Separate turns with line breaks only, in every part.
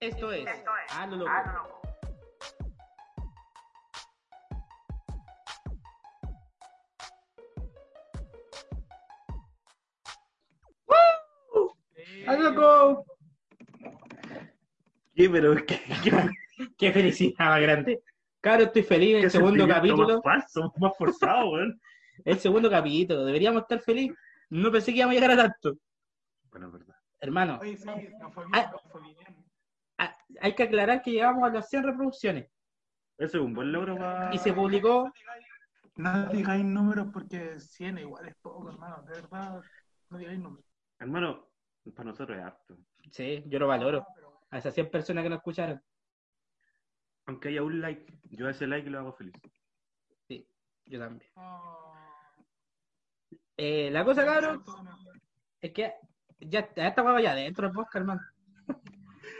Esto es
Esto es
A lo loco.
A lo loco.
¡A lo loco!
¿Qué? Pero qué, qué
¡Qué felicidad más grande! Claro, estoy feliz en
qué
el segundo
sentimiento
capítulo.
Más falso, más forzado, weón.
El segundo capítulo. Deberíamos estar feliz. No pensé que íbamos a llegar a tanto.
Bueno, es verdad.
Hermano,
Oye, sí, no fue
Ah.
bien, no fue bien.
hay que aclarar que llegamos a las 100 reproducciones.
Eso es un buen logro para.
Y se publicó.
No digáis números porque 100 igual es poco, hermano, de verdad. No digáis números.
Hermano, para nosotros es harto.
Sí, yo lo valoro. A esas 100 personas que nos escucharon.
Aunque haya un like, yo a ese like lo hago feliz.
Yo también.
No.
Eh, la cosa, cabrón,
Todo no.
es que ya, ya esta hueá ya dentro del podcast, hermano.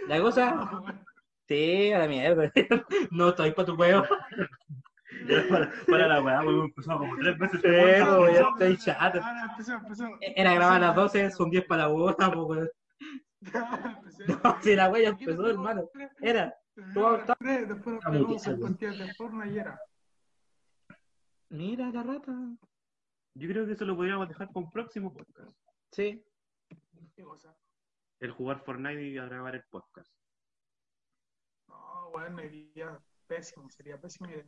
La cosa.
No, bueno.
Sí, a la mierda. No estoy para tu huevo.
Era para, para la weá, porque empezamos como tres veces. este
Sí,
Bueno,
pues, ya
no,
estoy chato.
Ahora empezó, empezó.
Era grabar a las 12, son 10 para la boda, po, weón.
Empezó. Eh,
No, si la wea ya empezó, hermano. Era. ¿Tú vas a estar?
Tres, después nos
Ah, muy
pegó
bien,
con
bueno.
partidas de porno y era.
Mira la rata.
Yo creo que eso lo podríamos dejar para un próximo podcast.
Sí.
Qué cosa.
El jugar Fortnite y grabar el podcast.
No, bueno, sería pésimo, sería pésimo idea.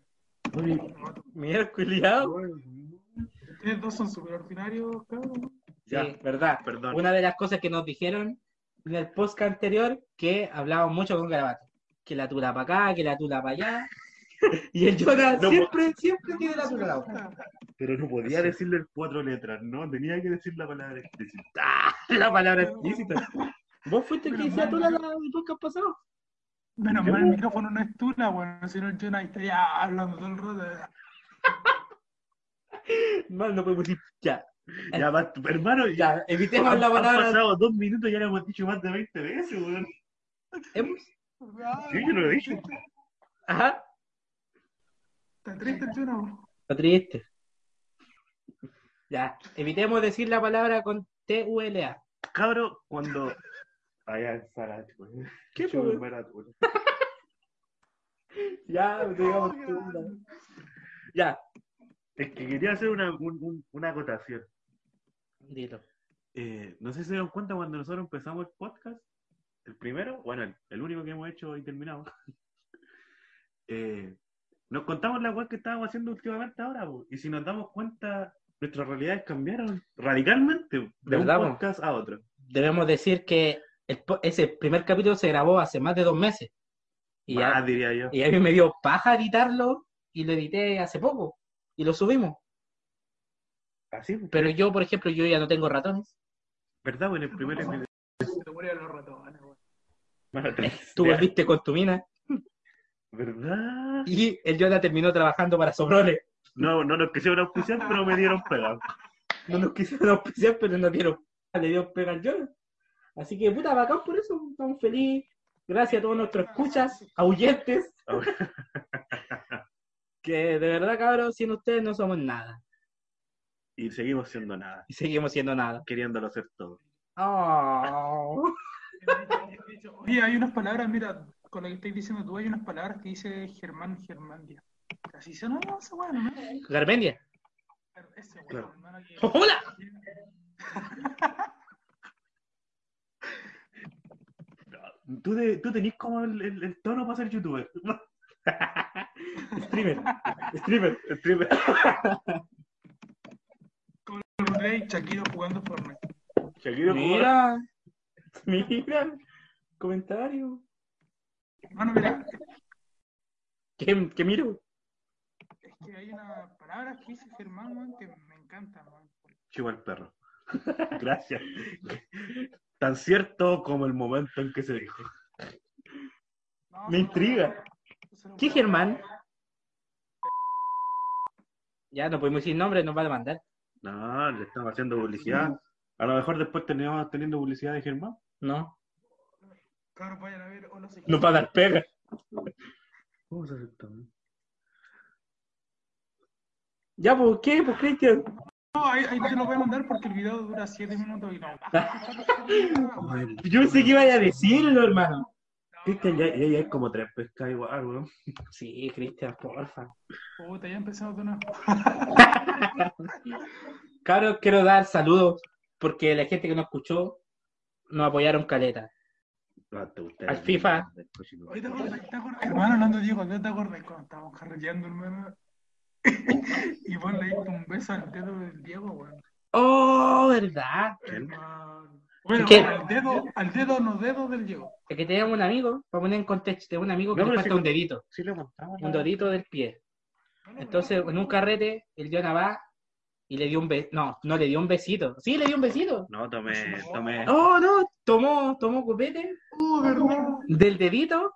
No, tú-
Mira, culiado.
Ustedes dos son súper ordinarios, cabrón.
Ya,
Sí, verdad.
perdón.
Una de las cosas que nos dijeron en el podcast anterior, que hablábamos mucho con Garabato. Que la tula para acá, que la tula para allá. y el Jonah
No,
siempre, siempre tiene la tula. a la boca.
Pero
Pero no podía decirle en cuatro letras, ¿no? Tenía que decir la palabra explícita. ¡Ah! La palabra explícita.
¿Vos fuiste el que hizo la tula la- el podcast pasado?
Menos mal el micrófono no es tula, bueno, si no el Jonah estaría hablando todo el rato.
Mal, no podemos decir. Ya,
Ya, basta, hermano, ya.
ya, evitemos la
Han- han
palabra.
pasado dos minutos y ya lo hemos dicho más de 20 veces, weón.
¿Hemos?
Sí, yo lo he dicho.
Ajá.
Está triste el Jonah, bueno.
Está triste. Ya, evitemos decir la palabra con T-U-L-A.
Cabro, cuando. Allá en Zaracho, weón.
¿Qué,
Yo
weón?
me barato, weón.
Ya, digamos tula. Ya,
Es que quería hacer una, un- un- una acotación.
dilo.
Eh, no sé si se dieron cuenta cuando nosotros empezamos el podcast, el primero, bueno, el, el único que hemos hecho y terminado. Eh, nos contamos la web que estábamos haciendo últimamente ahora, po, y si nos damos cuenta, nuestras realidades cambiaron radicalmente po, de
¿Verdad, po?
un podcast a otro.
debemos decir que el po- ese primer capítulo se grabó hace más de dos meses. Y,
Más,
a,
diría yo.
y a mí me dio paja editarlo y lo edité hace poco. Y lo subimos.
Así, po.
Pero yo, por ejemplo, yo ya no tengo ratones.
¿verdad? po? En el primer episodio.
Se te mueren los ratones, bueno.
Bueno, tres.
Tú
Ya,
volviste con tu mina.
¿Verdad?
Y el Jonah terminó trabajando para Sobrole.
No, no nos quisieron auspiciar, pero me dieron pega.
No nos quisieron auspiciar, pero nos dieron le dio pega al Jonah. Así que, puta, bacán por eso. Estamos felices. Gracias a todos nuestros escuchas, ahuyentes. que de verdad, cabrón, sin ustedes no somos nada.
Y seguimos siendo nada,
Y seguimos siendo nada.
queriéndolo hacer todo.
Oh.
Oye, hay unas palabras, mira, con lo que estáis diciendo tú, hay unas palabras que dice Germán Germandia. Así se no, no, ese bueno, ¿no?
Garmendia.
Ese weón,
Claro.
hermano, que-
¡Hola!
Tú, de- tú tenés como el, el- el tono para ser youtuber.
Streamer. Streamer.
Streamer.
Con Rey Chaquiro jugando Fortnite.
Shakira
Mira. Mira. Comentario.
Hermano, mira,
¿Qué, qué miro?
es que hay unas palabras que dice Germán, weón, que me encantan, weón.
Chivo al perro. Gracias. Tan cierto como el momento en que se dijo.
No,
Me
no,
intriga.
no, no, no,
¿Qué
no,
Germán? Ya no podemos decir nombre, nos va a demandar.
No, le estamos haciendo publicidad. A lo mejor después teníamos teniendo publicidad de Germán.
No.
Cabrón, vayan a ver, o no sé
Nos va a dar pega.
¿Cómo se hace esto?
Ya, pues, ¿qué? Pues, Cristian.
No, ahí, ahí te lo voy a mandar porque el video dura 7 minutos y no.
Yo pensé que iba a decirlo, hermano.
No,
Cristian, ya, ya, ya hay como tres pescas igual, weón.
Sí, Cristian, porfa.
Puta, ya empezamos de nuevo.
Cabros, quiero dar saludos porque la gente que nos escuchó nos apoyaron caleta.
Ah, te gusta
Al
el-
FIFA.
el cochino.
Oye, ¿te acordás- te acordás- Hermano, hablando de Diego, ¿te acordás cuando estábamos carreteando, hermano? y vos le diste un beso al dedo del Diego, weón.
Oh, verdad.
¿Quién?
Hermano. Bueno,
¿Qué?
al dedo, al dedo no dedo del Diego.
Es que tenemos un amigo, para poner en contexto, tenemos un amigo que
No,
le
pero
falta
sí-
un dedito,
Sí, lo contamos.
un dedito del pie.
No, no,
Entonces,
no,
en un carrete, el Jonah va y le dio un besito. No, no le dio un besito. Sí, le dio un besito.
No, tomé, tomé.
Oh, no, tomó, tomó copete
Uh, ¿verdad?
del dedito.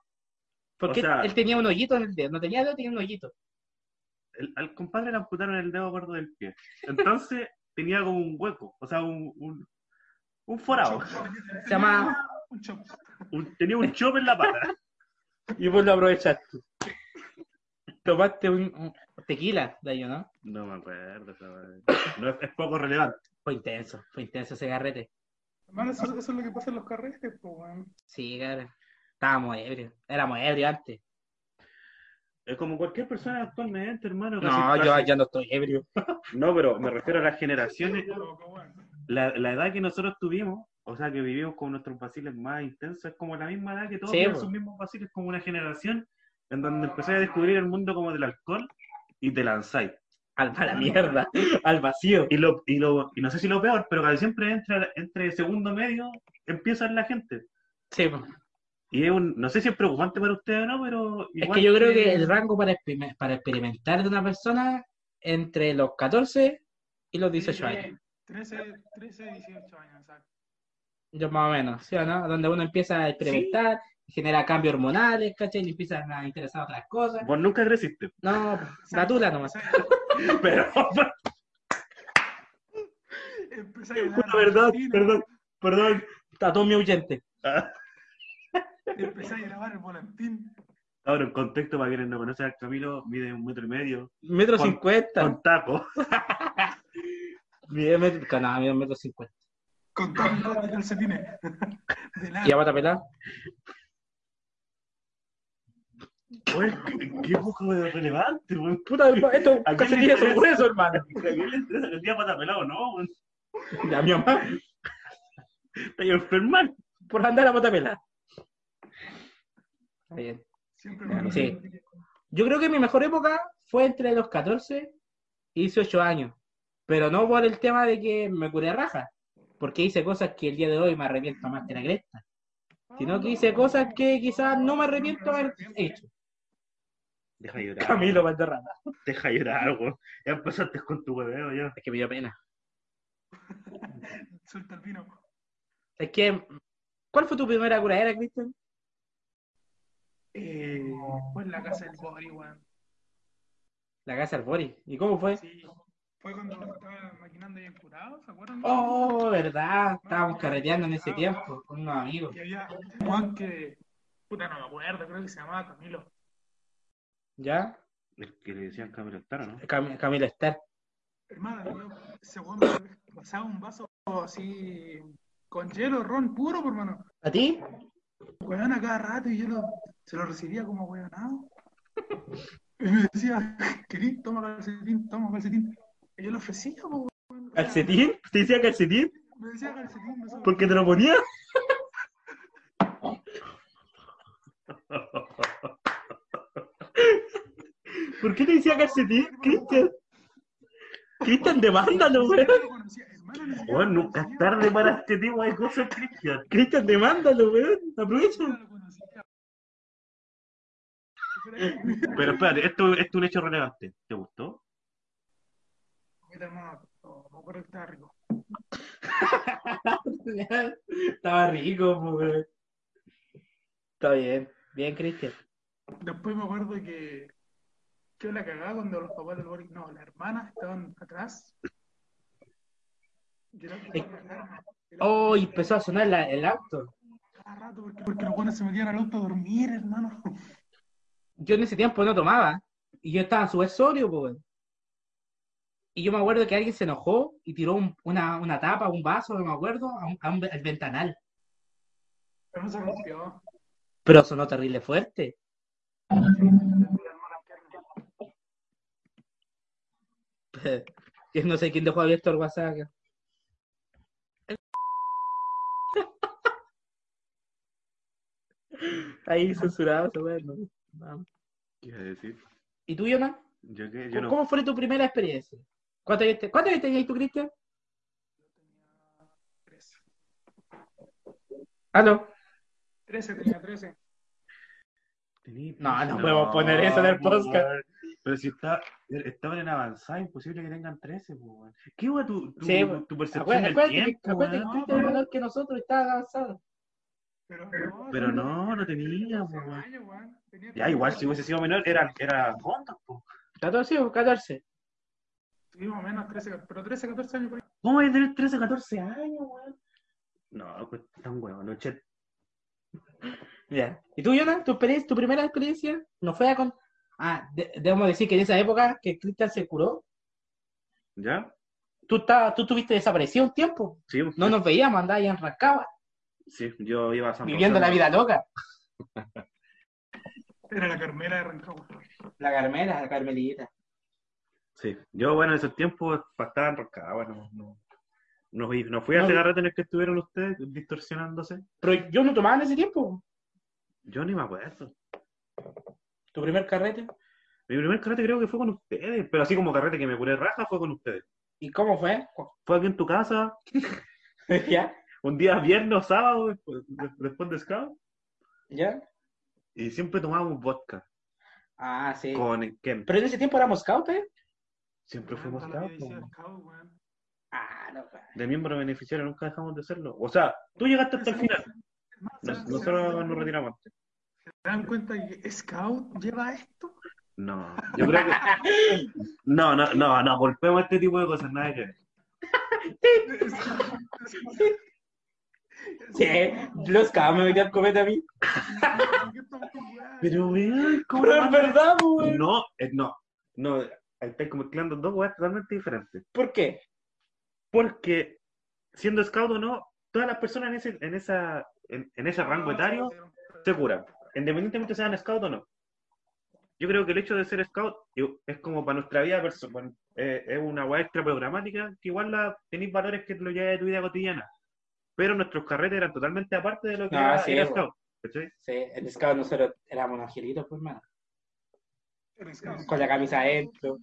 Porque
O sea-
él tenía un hoyito en el dedo. No tenía dedo, tenía un hoyito.
El- al compadre le amputaron el dedo gordo del pie. Entonces tenía como un hueco, o sea, un, un, un forado.
Se llama-
Un chop.
Un- tenía un chope en la pata.
Y vos lo aprovechaste. Tomaste un, un tequila de ahí, ¿o ¿no?
No me acuerdo. esa madre. No, es, es poco relevante.
Fue intenso, fue intenso ese carrete.
Hermano, eso, eso es lo que pasa en los carretes, po, weón.
Sí, cara. Estábamos ebrios. Éramos ebrios antes.
Es como cualquier persona actualmente, hermano.
No,
casi-
yo
casi-
ya no estoy ebrio.
no, pero me refiero a las generaciones,
Loco, weón.
la, la edad que nosotros tuvimos, o sea, que vivimos con nuestros vaciles más intensos, es como la misma edad que todos
Sí,
tienen
po.
sus mismos vaciles, como una generación en donde empezáis a descubrir el mundo como del alcohol y te lanzáis.
Al a la mierda, al vacío.
Y, lo, y, lo, y no sé si lo peor, pero casi siempre entre, entre segundo medio empieza la gente.
Sí, po.
Y es un, no sé si es preocupante para ustedes o no, pero
es
igual
que yo creo que el rango para, experime- para experimentar de una persona entre los 14 y los 18 años.
13, 13, 18 años, exacto.
Yo más o menos, ¿sí o no? Donde uno empieza a experimentar, genera cambios hormonales, ¿cachai? Y empiezan a interesar otras cosas.
vos nunca creciste.
No, natula nomás.
Pero,
Empecé a
Puta, verdad, perdón, perdón. Está todo mi oyente.
Empecé a grabar el volantín.
ahora en contexto para quienes no conocen a Camilo, mide un metro y medio,
Metro
Con-
cincuenta.
con taco.
Mide metro- no, mide metro cincuenta.
Con tablas de calcetines. De
¿Y a
la.
bata pelada?
Oye, qué, qué poco de relevante, weón.
Puta, esto
¿A quién
casi
le
tiene su
interesa?
hueso, hermano.
¿A quién le interesa que el día pata pelado, no? weón?
Ya, mi mamá,
Está ahí enfermar.
por andar a bata pelada. Está bien.
Siempre me
Sí. Yo creo que mi mejor época fue entre los 14 y 18 años, pero no por el tema de que me curé a raja, porque hice cosas que el día de hoy me arrepiento más que la cresta, sino que hice cosas que quizás no me arrepiento de haber hecho.
Deja llorar.
Camilo Valderrama.
Deja llorar, weón. Ya empezaste con tu hueveo, ya.
Es que me dio pena.
Suelta el vino.
Es que, ¿cuál fue tu primera curadera, Cristian?
Eh, fue en la casa del Bori, weón.
La casa del Boris. ¿Y cómo fue?
Sí. Fue cuando estaba maquinando y curado, ¿se acuerdan?
Oh, verdad, estábamos carreteando en ese tiempo con unos amigos.
Y había un weón que. Puta, no me acuerdo, creo que se llamaba Camilo.
¿Ya?
El que le decían Camilo Estara, ¿no?
Cam- Camilo Star.
Hermano, yo, ese weón me pasaba un vaso así. Con hielo, ron puro, por mano.
¿A ti?
weón a cada rato y yo lo, se lo recibía como weonado. Y me decía, querí, toma calcetín, toma calcetín. Y yo lo ofrecía, po, weón. O sea,
¿Calcetín? ¿Te decía calcetín?
Me decía calcetín, no sé.
¿Porque te lo ponía? ¿Por qué te decía calcetín, Cristian? Cristian, demándalo,
Ni siquiera
weón.
lo conocía, hermano, ni siquiera
Weón,
lo
nunca es
conocía,
tarde para este tipo de cosas, Cristian.
Cristian, demándalo, weón.
ni siquiera
Aprovecha.
lo conocía. Espera,
Pero espérate, esto, esto es un hecho relevante. ¿Te gustó?
puta, hermano, no, me acuerdo que estaba rico.
Estaba rico, po, weón. Está bien. Bien, Cristian.
Después me acuerdo que yo la cagaba cuando los papás del Boric, no, la hermana estaban atrás. Yo la cagaba, hermano.
Oh, y empezó a sonar la- el auto.
Cada rato, porque, porque los buenos se metían al auto a dormir, hermano.
Yo en ese tiempo no tomaba. Y yo estaba súper sobrio, po, weón. Y yo me acuerdo que alguien se enojó y tiró un- una, una tapa, un vaso, no me acuerdo, a un- a un- al ventanal.
Pero no se rompió.
Pero sonó terrible fuerte. Yo no sé quién dejó abierto el WhatsApp. acá. Ahí censurado ese weón, ¿no? Vamos.
¿Qué iba a decir?
¿Y tú, Jonah?
Yo qué, yo
¿Cómo,
no.
cómo fue tu primera experiencia? ¿Cuántas veces tenías tú, Cristian?
Trece.
¿Aló?
13, tenía 13.
Tení-
No, no podemos poner eso en el
po,
podcast.
weón. Pero si está, estaban en avanzada, imposible que tengan 13, po, weón. ¿Qué hueá tu, tu,
Sí, weón.
tu percepción
Acuérdate,
del
acuérdate
tiempo,
que, acuérdate que
weón?
Cristian era menor que nosotros, estaba avanzado.
Pero no,
Pero
solo
no, no tenía,
tenía 14
weón.
años, weón. Tenía
Ya, igual
14.
si hubiese sido menor, era, era Honda, po.
14 o 14.
Sí, más o menos 13, pero 13, 14 años por ahí.
¿Cómo voy a tener 13, 14 años, weón? No, pues tan weón, no, che.
Ya. ¿Y tú, Jonah? ¿Tu, experiencia, tu primera experiencia no fue a con... Ah, de- debemos decir que en esa época que Cristian se curó,
¿Ya?
tú, estabas, tú estuviste desaparecido un tiempo.
Sí, pues,
No nos veíamos, andabas ahí en Rancagua,
sí, yo iba a San
viviendo la
Gonzalo.
vida loca.
Era la Carmela de Rancagua.
La Carmela, la Carmelita.
Sí, yo, bueno, en esos tiempos estaba enroscada, bueno, no, no, fui- no fui a
No.
ese garrete en el que estuvieron ustedes distorsionándose.
Pero yo no tomaba en ese tiempo.
Yo ni me acuerdo.
Tu primer carrete.
Mi primer carrete creo que fue con ustedes, pero así como carrete que me curé raja fue con ustedes.
¿Y cómo fue?
Fue aquí en tu casa,
¿Ya?
un día viernes o sábado, después, después de Scout,
¿Ya?
y siempre tomábamos vodka
Ah, sí.
con el Ken.
Pero en ese tiempo éramos ¿eh? caupes.
Siempre fuimos
Toda la vida
Scout.
he
po,
sido
weón.
scout, weón.
Ah, no. pa.
De miembro beneficiario nunca dejamos de serlo. O sea, tú llegaste hasta el final.
Más
Nos-
adelante se dan
Nosotros
cuenta-
nos retiramos antes.
¿Se dan cuenta que Scout lleva esto?
No, yo creo que. No, no, no, no, golpeemos este tipo de cosas, nada que ver.
Sí, los cabos me metían copete a mí.
Pero vean, ¿cómo
Pero es
van a-
verdad, güey.
No, eh, no, no, ahí estáis como mezclando dos weas totalmente diferentes.
¿Por qué?
Porque, siendo scout o no, todas las personas en ese, en esa, en, en ese rango etario se curan, independientemente sean scout o no. Yo creo que el hecho de ser scout i- es como para nuestra vida personal, eh, es una wea extra programática, que igual la, tenéis valores que te lo llevas de tu vida cotidiana. Pero nuestros carretes eran totalmente aparte de lo que
Ah,
era,
sí,
era
bo.
scout. ¿cachai?
Sí, en ese cabo nosotros éramos angelitos, pues, hermano. Con la camisa adentro.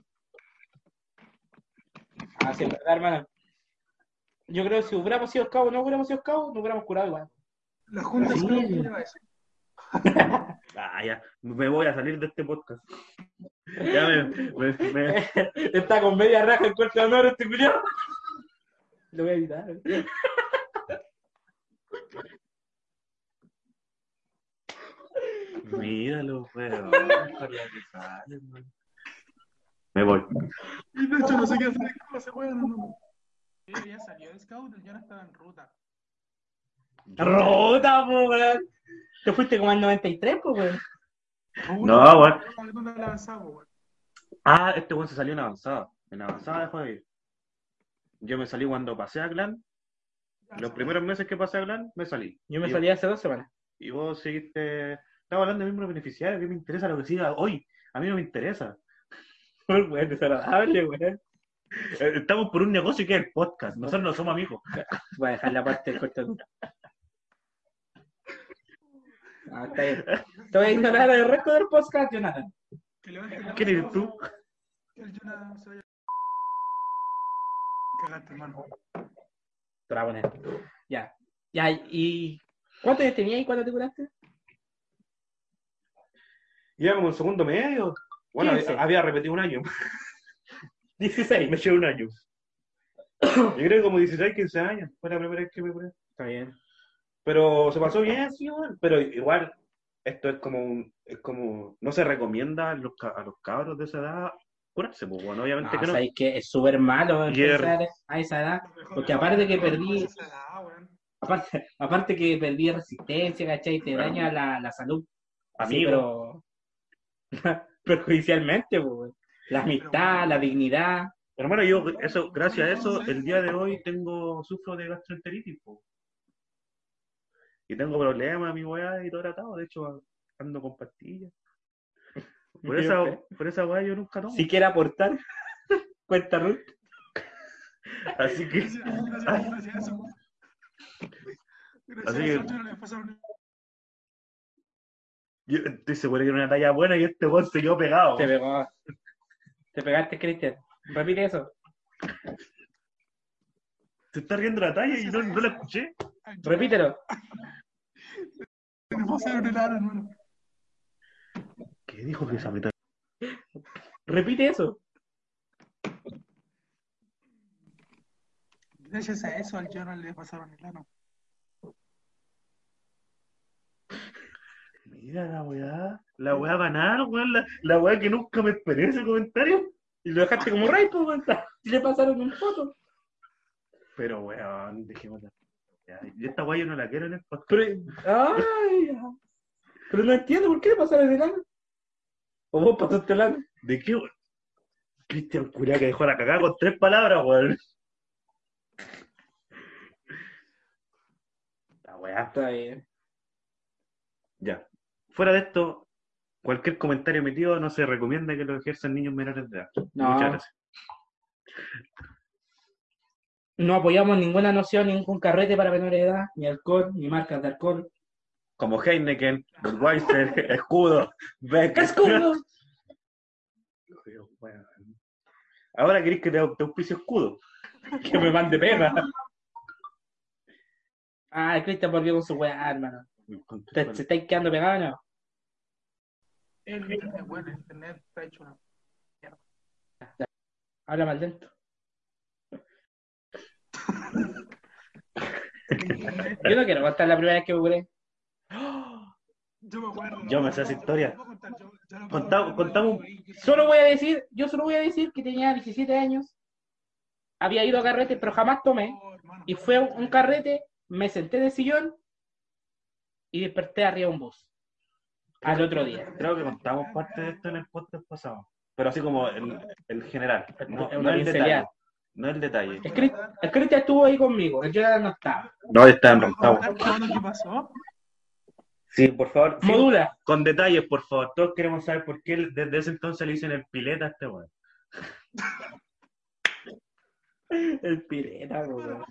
Ah, sí, es verdad, hermano. Yo creo que si hubiéramos sido cabos, no hubiéramos sido cabos, no hubiéramos curado igual.
La Junta
Sí.
Scout lleva eso.
Ah, ya, me voy a salir de este podcast. Ya me- me- me,
Está con media raja el cuarto de honor este culiao. Lo voy a evitar.
Míralo, weón. por la que sale, weón. Me voy.
Y de hecho no sé qué hacer con ese weón. no, no. Yo ya salió de Scout, yo no estaba en ruta.
Rota, po, weón. Te fuiste como al 93, po, weón.
No, weón.
No la avanzaba, weón.
Ah, este weón se salió en avanzada. En avanzada dejó de ir. Yo me salí cuando pasé a Clan. Los primeros meses que pasé a Clan, me salí.
Yo me
Y-
salí hace dos semanas.
Y vos seguiste. Estaba hablando de miembros beneficiarios. ¿Qué me interesa lo que siga hoy? A mí no me interesa.
Por weón, desagradable, weón.
Eh, Estamos por un negocio que es el podcast. Nosotros no somos amigos.
Voy a dejar la parte del corto de honor. Ah, está bien. Te voy a ignorar el resto del podcast, Jonathan.
Que levante la
¿Quién eres tú?
Que el Jonah se vaya. Cagaste, hermano.
Te la voy a poner. Ya. Ya, y. ¿Cuántos años tenías y cuándo te curaste?
Y era como el segundo medio. Bueno,
¿Quién es ese?
había, había repetido un año.
16.
Me llevé un año. Yo creo que como 16, 15 años. Fue la primera vez que me curé.
Está bien.
Pero se pasó bien, sí, igual. Pero igual, esto es como un. Es como, no se recomienda a los, ca- a los cabros de esa edad curarse, pues, bueno, obviamente que no.
sabéis que Ah, es súper malo
Ayer.
empezar a esa edad. Porque aparte que perdí-
Ah, weón.
Aparte, aparte que perdí resistencia, ¿cachai? Te
Claro.
daña la, la salud. Así,
Amigo.
pero perjudicialmente, po, weón. La amistad, la dignidad.
Hermano, yo, eso, gracias a eso, el día de hoy tengo sufro de gastroenteritis, po. Y tengo problemas, mi weá, y todo tratado. De hecho, ando con pastillas. Por esa, por esa weá yo nunca tomo.
Si quiere aportar, cuenta Ruth.
Así que,
Gracias, gracias, gracias a eso. Gracias
Así
a
que-
eso yo no le pasaron
yo estoy seguro que era una talla buena y este weón se quedó pegado.
Te pegó. Te pegaste, Cristian. Repite eso.
Se está riendo la talla y no, no la escuché.
Repítelo.
le pasaron el aro, hermano.
¿Qué dijo que esa mitad?
Repite eso.
Gracias a eso al yo no le pasaron el ano.
Mira la weá. La weá banal, weón. La, la weá que nunca me esperé ese comentario.
Y lo dejaste como rey, pues, weón. Le pasaron un foto.
Pero weón, dejemos la. Ya, Y esta weá yo no la quiero en el podcast.
Pero, ay, ya. pero no entiendo por qué le pasaron el ano. O vos pasaste el ano.
¿De qué, weón? Cristian Curiá que dejó la cagada con tres palabras, weón. La weá.
Está bien.
Ya. Fuera de esto, cualquier comentario emitido no se recomienda que lo ejerzan niños menores de edad.
No.
Muchas gracias.
No apoyamos ninguna noción, ningún carrete para menores de edad, ni alcohol, ni marcas de alcohol.
Como Heineken, Budweiser, Escudo, Beck.
¡Cascudo!
Pero, weón. Ahora queréis que te, te auspicio escudo.
que me mande pega. Ah, el Cristian volvió con su weá, hermano. ¿Te, ¿Se estáis quedando pegado o no?
El internet, bueno, el internet está hecho una.
Habla más lento.
El internet-
Yo no quiero contar la primera vez que me curé.
Yo me acuerdo.
Yo me sé esa historia.
Yo- yo no puedo contar,
Contamos- contamos
yo-
Solo voy a decir, yo solo voy a decir que tenía 17 años, había ido a carrete, pero jamás tomé.
Oh, hermano.
Y fue un carrete, me senté en el sillón y desperté arriba de un bus. Al otro día.
Creo que contamos parte de esto en el podcast pasado. Pero así como el, el general. No,
Una
no el
pincelada.
detalle. No el detalle.
El Cris- el Cristian estuvo ahí conmigo, el Jonathan no estaba.
No está en
¿Puedo contar todo lo que pasó?
Sí, por favor. sí,
Modula.
con detalles, por favor. Todos queremos saber por qué desde ese entonces le dicen el pileta a este weón.
El pireta, weón.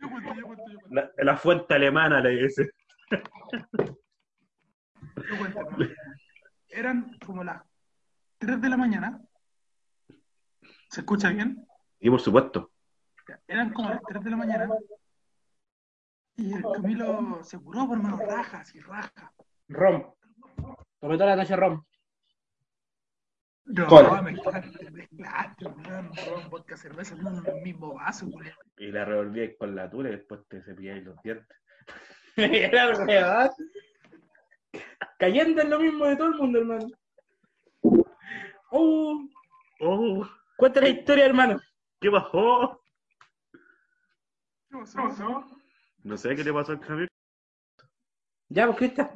Yo cuento, yo cuento, yo cuento.
La, la fuente alemana le dicen.
Yo cuento, hermano. Eran como las 3 de la mañana. ¿Se escucha bien?
Y por supuesto.
Ya, Eran como las 3 de la mañana. Y el Camilo se curó, por hermano, rajas y raja.
Rom. Tomé toda la noche rom.
No,
Cola.
mezclaste, mezclaste, hermano. ron, Vodka, cerveza, no, en el mismo vaso, culiao.
Y la revolvíais con la tula y después te cepilláis los dientes.
Era alrededor. Cayendo en lo mismo de todo el mundo, hermano. Uh,
¡Oh!
cuenta la historia, hermano.
¿Qué pasó?
¿Qué pasó?
No sé qué le pasó al Javier.
Ya, pues, Cristian.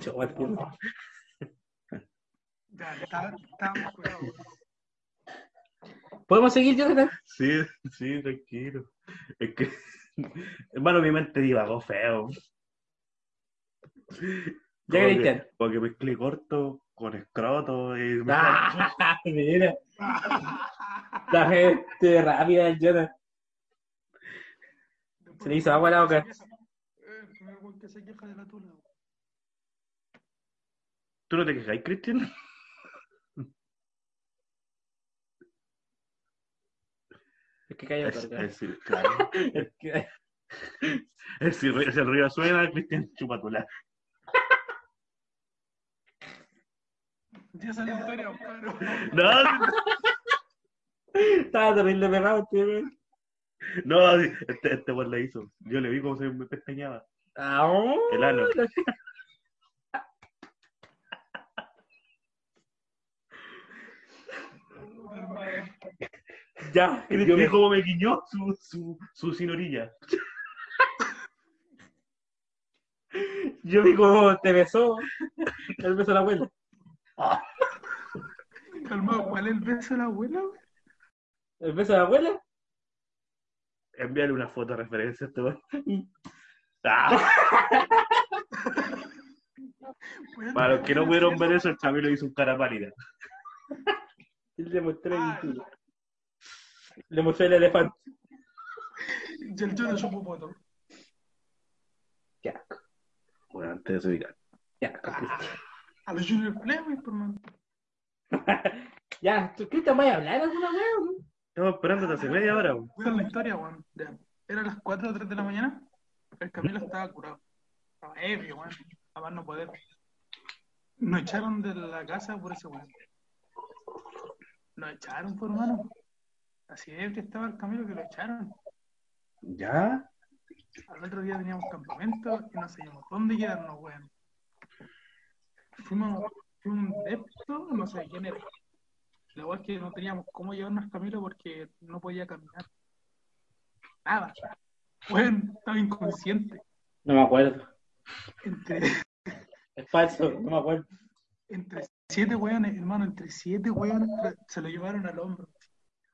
Yo, weón.
Ya, está- estábamos curados.
¿Podemos seguir, Jonathan?
Sí, sí, tranquilo. Es que, hermano, mi mente divagó feo.
Ya,
Como que-
Cristian.
Porque mezclé corto con escroto y...
Ah, mira. La gente rápida del Jonathan. Se le hizo agua a la boca.
Eh, el primer güey que se queja de la tula.
¿Tú no te quejáis, Cristian?
Es que cayó
Es,
otorgado.
es- claro.
Es que-
Es- si ri- si el río suena, Cristian chupatula.
Ya salió historia, claro.
No,
Estaba terrible pegado este, weón.
no, este, este weón la hizo. Yo le vi cómo se me pestañaba.
Ah, oh,
El ano.
la- Ya,
Yo
Cristian.
vi cómo me guiñó su, su, su sin orilla.
Yo vi cómo te besó. El beso de la abuela.
Calmado, ¿cuál es el beso de la abuela, güey?
El beso de la abuela.
Envíale una foto de referencia a este weón. Ah,
Weón,
Para los que no pudieron ver eso, el Chabelo hizo un cara pálida.
Él le mostró el
Ah,
culo. Le mostró el elefante.
Y el Jono supo pues, poto.
Qué asco,
Bueno, antes de desubicar.
qué asco, Cristian.
A los Junior Playboy, por man.
Ya, ¿tú, Cristian, ¿vas a hablar alguna vez? o no?
Estamos esperándote hace media hora. weón.
Cuidar la historia, weón. Ya. Era las 4 o 3 de la mañana. El Camilo estaba curado. Estaba ebrio, weón. A más no poder. Nos echaron de la casa por ese weón. Nos echaron, por mano. Así ebrio estaba el Camilo que lo echaron.
¿Ya?
Al otro día teníamos campamento y no sabíamos dónde quedarnos, weón. Fuimos, fuimos a un depto, no sé quién era. La verdad es que no teníamos cómo llevarnos a Camilo porque no podía caminar. Nada. Weón, estaba inconsciente.
No me acuerdo.
Entre,
Es falso, no me acuerdo.
entre siete weones, hermano, entre siete weones se lo llevaron al hombro.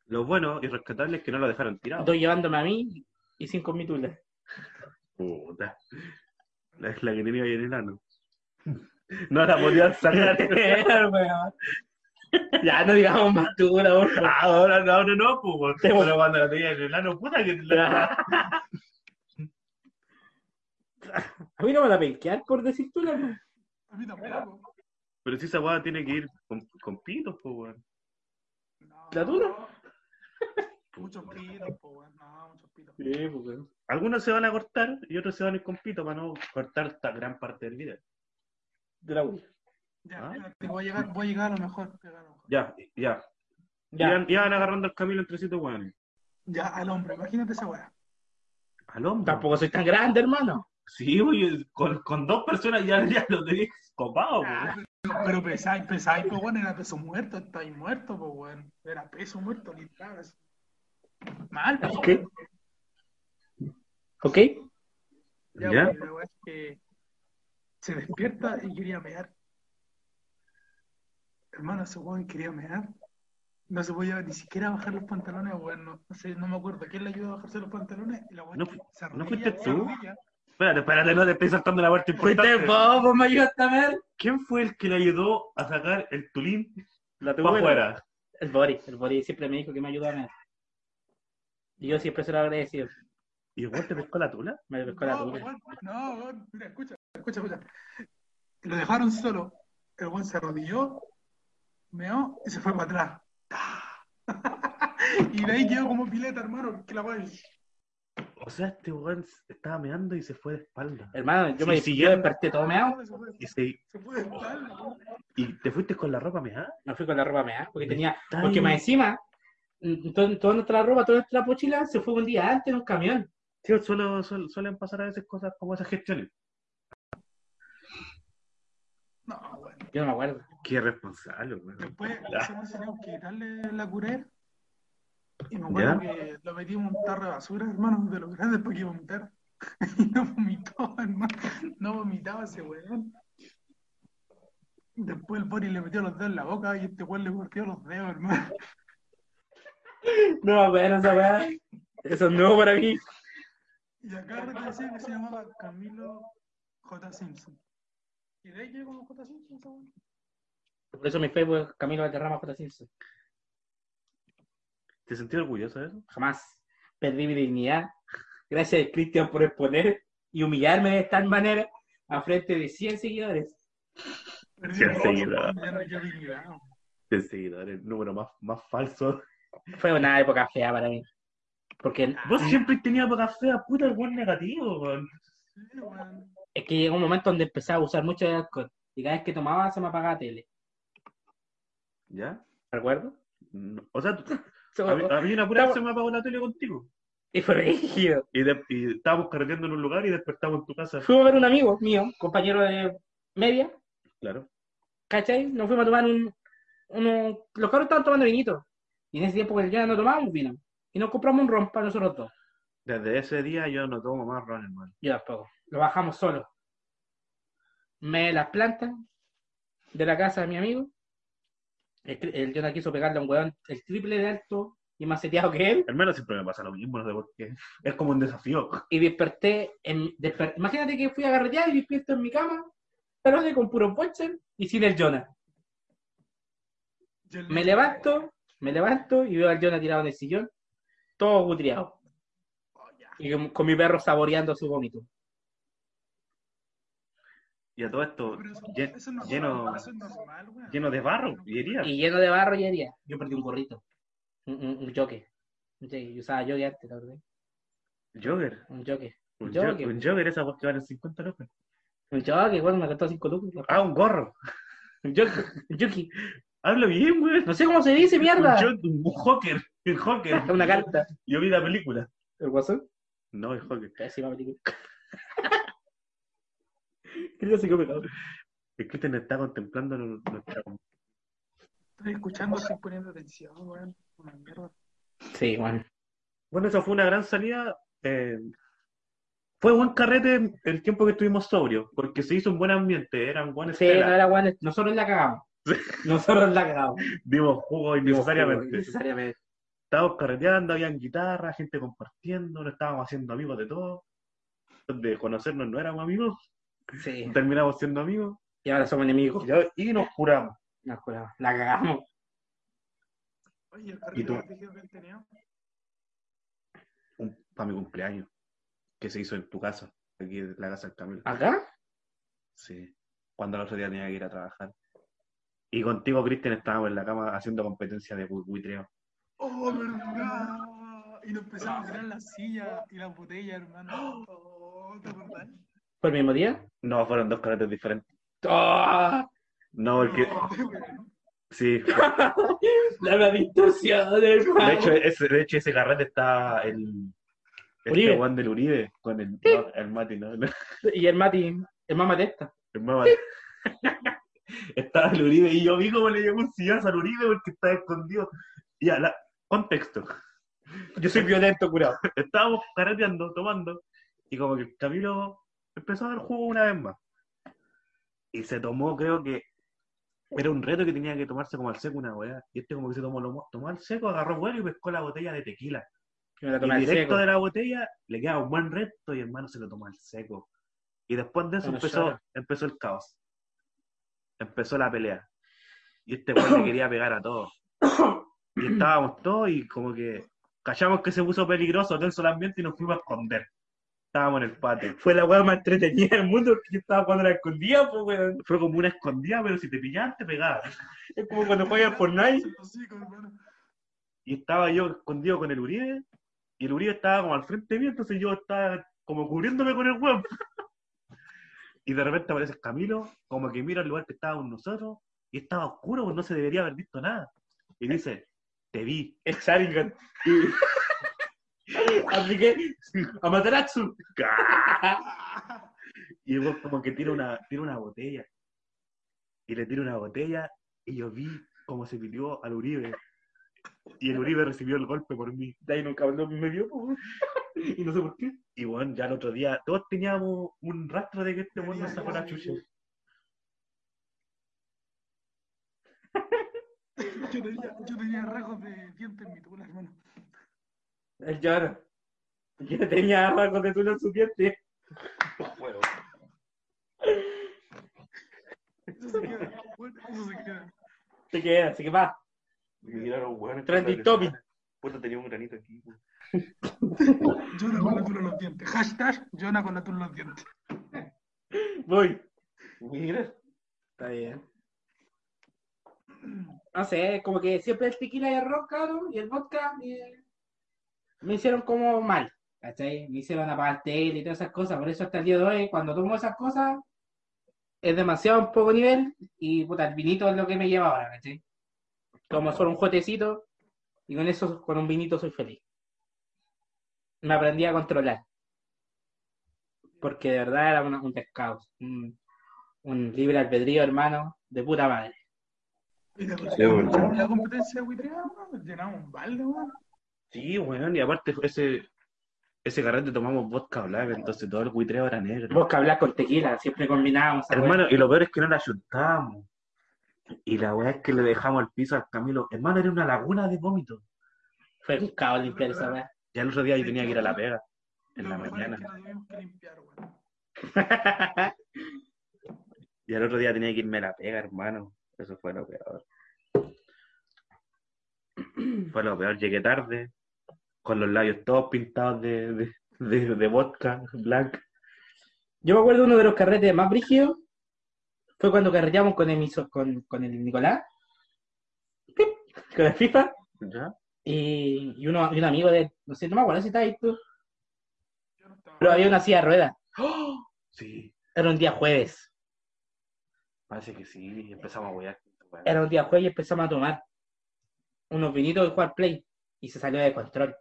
Lo bueno y rescatable es que no lo dejaron tirado.
Estoy llevándome a mí y cinco mitulas.
Puta. La es la que tenía ahí en el ano. No la podían sacar.
ya, no digamos más tú, la
Ahora, ahora no, pues. Pero cuando la tenía en el ano, puta que
Ah.
la...
A mí no me la penquear por decir tú la verdad.
A mí tampoco.
Pero si esa guada tiene que ir con, con pitos, pues, weón.
No.
¿La dura?
Muchos pitos, po, weón. No, muchos pitos.
Sí, pues.
Algunos se van a cortar y otros se van a ir con pito para no cortar esta gran parte del video.
De la U.
Ya,
¿Ah?
espérate, voy a llegar, voy a llegar a lo mejor. voy a llegar a lo mejor.
Ya, ya.
Ya.
Iban, iban agarrando el camino entre pues, siete weones.
Ya, al hombro, imagínate esa weá.
Al hombro.
Tampoco soy tan grande, hermano.
Sí, güey, con, con dos personas ya, ya lo tenías copado, pues, güey.
Pero pesáis, pesáis, pues bueno, era peso muerto, estáis muerto, pues bueno. Era peso muerto, literal. así. Mal, pues.
Ok. ¿Ok?
Ya,
Ya.
pues, la weá es que se despierta y quería mear. Hermano, ese weón quería mear. No se podía ni siquiera bajar los pantalones, weón. No, no sé, no me acuerdo quién le ayudó a bajarse los pantalones. Y la weón
No
se
fu-
arrodilla,
¿no fuiste
se
tú?
arrodilla.
Espérate, espérate, no te estés saltando la parte
Pues
importante.
bobo, me ayudaste a ver.
¿Quién fue el que le ayudó a sacar el tulín
La
para afuera?
El Boris, el Boris siempre me dijo que me ayudó a ver. Y yo siempre se lo agradecido.
¿Y el güey te pescó la tula?
Me pescó la
No,
tula.
weón, no, weón, mira, escucha, escucha, escucha. Lo dejaron solo. El buen se arrodilló, meó y se fue para atrás. y de ahí quedó como pileta, hermano. Que la weón.
O sea, este güey estaba meando y se fue de espalda.
Hermano, yo
Sí,
me
sí,
yo
ya.
desperté todo meado.
Se fue,
Y, se-
se fue de espalda, weón.
y te fuiste con la ropa meada.
Me fui con la ropa meada porque tenía.
Está
Porque
bien.
más encima, mm, to- toda nuestra ropa, toda nuestra mochila se fue un día antes en un camión.
Sí, suelo- suel- suelen pasar a veces cosas como esas gestiones.
No, weón.
Yo no me acuerdo.
Qué responsable, güey.
Después
Ya.
hacemos tenemos que quitarle la curera. Y me acuerdo que lo metimos en un tarro de basura, hermano, de los grandes para que vomitara. Y no vomitó, hermano. No vomitaba ese weón. Después el Boris le metió los dedos en la boca y este weón le mordió los dedos, hermano.
No me acuerdo esa weá. Eso es nuevo para mí.
Y acá reconocí que se llamaba Camilo J. Simpson. Y de ahí llegó como J. Simpson, ese weón.
Por eso mi Facebook es Camilo Valderrama J. Simpson.
¿Te sentí orgulloso de eso?
Jamás perdí mi dignidad. Gracias, Cristian, por exponer y humillarme de tal manera a frente de 100 seguidores.
Perdí
Sí,
mi voz,
enseguida.
ya no quedó dignidad.
De seguidor, el número más, más falso.
Fue una época fea para mí. Porque
Vos siempre tenías boca fea, puta, el güey negativo, güey.
Sí, weón.
es que llegó un momento donde empecé a usar mucho de alcohol. Y cada vez que tomaba se me apagaba la tele.
¿Ya?
¿Recuerdo?
No, O sea, tú- a mí, a mí una pura vez se me apagó la tele contigo.
Y fue rígido.
Y, de- y estábamos carreteando en un lugar y despertamos en tu casa.
Fuimos a ver un amigo mío, compañero de media,
Claro.
¿cachai? Nos fuimos a tomar un... uno- Los carros estaban tomando vinito. Y en ese tiempo que ya no tomábamos vino. Y nos compramos un ron para nosotros dos.
Desde ese día yo no tomo más ron, hermano.
Yo tampoco. Lo bajamos solo. Me las plantas de la casa de mi amigo. El, cri- el Jonah quiso pegarle a un weón el triple de alto y más seteado que él.
Hermano, siempre me pasa lo mismo, no sé por qué. Es como un desafío.
Y desperté, en, desper- imagínate que fui a carretear y despierto en mi cama, pero de con puro boxer y sin el Jonah.
Yo le-
Me levanto, me levanto y veo al Jonah tirado en el sillón, todo gutriado.
Oh, ya.
Y con, con mi perro saboreando su vómito.
Y a todo esto,
Pero eso-
lle-
eso es normal,
lleno-
eso es normal, weón.
lleno de barro y heridas.
Y lleno de barro y herida. Yo perdí un gorrito. Un, un, un jockey. Sí, yo usaba jockey antes, la verdad.
Jogger.
Un jockey.
Un
Jogger.
jogger, un jogger esa voz que vale 50 lucas.
Un jockey, bueno, me costó 5 lucas.
Ah, un gorro.
Un jockey. Un jockey.
Habla bien, güey.
No sé cómo se dice, mierda.
Un, jog- un hawker. El hawker.
Es una carta.
Yo vi la película.
¿El guasón?
No, el hawker.
Pésima película. Clásico pecado.
El Cristian está contemplando nu- nuestra.
Estoy escuchando, estoy poniendo atención, weón. Una mierda.
Sí, bueno.
Bueno, esa fue una gran salida. eh, fue buen carrete el tiempo que estuvimos sobrio, porque se hizo un buen ambiente, eran buenas
Sí, no era bueno. Nosotros la cagamos. Nosotros la cagamos.
dimos jugo innecesariamente.
Necesariamente.
Estábamos carreteando, habían guitarra, gente compartiendo, nos estábamos haciendo amigos de todo. De conocernos no éramos amigos,
Sí.
terminamos siendo amigos
Y ahora somos enemigos.
y ya- y nos curamos.
Nos curamos. La cagamos.
Oye, el
¿Y
carrete
tú?
más brígido que han tenido.
para mi cumpleaños, que se hizo en tu casa, aquí en la casa del Camilo.
¿Acá?
Sí, cuando el otro día tenía que ir a trabajar. Y contigo, Cristian, estábamos en la cama haciendo competencia de bu- buitreo.
Oh, verdad. Y nos empezamos a tirar las sillas y las botellas, hermano. Oh, ¿te acordás?
¿Por el mismo día?
No, fueron dos carretes diferentes.
¡Ah!
No, porque
No, weón.
sí.
La distorsión, hermano.
De hecho, ese, de hecho, ese carrete está el este
Uribe.
Juan del Uribe con el, no, el Mati, ¿no? El
y el Mati, el mamá de esta.
mamá. Estaba el Uribe y yo vi cómo le llegó un sillazo al Uribe porque estaba escondido. Y a la... contexto.
Yo soy violento, curado.
estábamos carreteando, tomando, y como que el Camilo empezó a dar jugo una vez más. Y se tomó, creo que era un reto que tenía que tomarse como al seco una weá. Y este como que se tomó, lo mo- tomó al seco, agarró vuelo y pescó la botella de tequila.
Que me la
Y
tomé al
directo
seco.
de la botella le queda un buen reto y hermano se lo tomó al seco. Y después de eso
Bueno,
empezó,
llora.
empezó el caos. Empezó la pelea. Y este weón le quería pegar a todos. Y estábamos todos y como que callamos que se puso peligroso, tenso el ambiente y nos fuimos a esconder. Estábamos en el patio.
Fue la weá más entretenida del mundo porque yo estaba cuando la escondía, pues weón.
Fue como una escondida, pero si te pillaban te pegaban.
Es como cuando juegas Fortnite.
Se los hocico, hermano.
Y estaba yo escondido con el Uribe. Y el Uribe estaba como al frente mío, entonces yo estaba como cubriéndome con el huevo. Y de repente aparece Camilo, como que mira el lugar que estábamos nosotros, y estaba oscuro, pues no se debería haber visto nada. Y dice, te vi.
Exarigan. Apliqué a Materatsu.
Y luego como que tira una, tira una botella. Y le tira una botella, y yo vi cómo se pidió al Uribe. Y el Uribe recibió el golpe por mí.
De ahí nunca habló, me vio, pues weón. Y no sé por qué.
Y bueno, ya el otro día todos teníamos un rastro de que este mundo nos sacó la chucha.
Yo tenía, yo tenía rasgos de dientes en mi tula, hermano.
El lloro. Yo tenía rasgos de tú en su diente.
Eso se queda. Bueno, eso se queda.
Se queda, así que va.
Me miraron, weón.
Trending topic.
Puta, tenía un granito aquí. weón.
Jonah con la tula en los dientes. Hashtag Jonah con la tula en los dientes.
Voy.
Mira.
Está bien. No sé, como que siempre el tequila y el rock, cabrón, y el vodka eh, me hicieron como mal, ¿cachai? Me hicieron apagar tele y todas esas cosas, por eso hasta el día de hoy, cuando tomo esas cosas, es demasiado poco nivel y puta, el vinito es lo que me lleva ahora, ¿cachai? Como solo un jotecito y con eso, con un vinito soy feliz. Me aprendí a controlar. Porque de verdad era una- un descaos. un- un libre albedrío, hermano, de puta madre.
Y de
Sí, bueno.
la competencia de Huitrea, hermano, llenamos un balde, weón.
Sí, weón. Y aparte, ese, ese carrete tomamos vodka black, entonces todo el buitreo era negro.
Vos que hablás con tequila, siempre combinábamos. esa
Hermano, y lo peor es que no la ayuntamos. Y la weá es que le dejamos al piso al Camilo. Hermano, era una laguna de vómito.
Fue un caos limpiar esa weá.
Ya el otro día yo tenía que ir a la pega. En
Lo
la
mejor es que
mañana.
la tuvimos que limpiar, weón.
Y al otro día tenía que irme a la pega, hermano. Eso fue lo peor. Fue lo peor. Llegué tarde, con los labios todos pintados de, de, de- de vodka black.
Yo me acuerdo uno de los carretes más brígidos fue cuando carreteamos con el, miso- con, con el Nicolás, ¡pip! con el FIFA,
¿Ya?
y, y uno, y un amigo de él. No sé, no me acuerdo si está ahí tú,
Yo no estaba.
pero había una silla de ruedas.
¡Oh! Sí,
Era un día jueves.
parece que sí. Empezamos a huear.
Era un día jueves y empezamos a tomar unos vinitos y jugar play. Y se salió de control.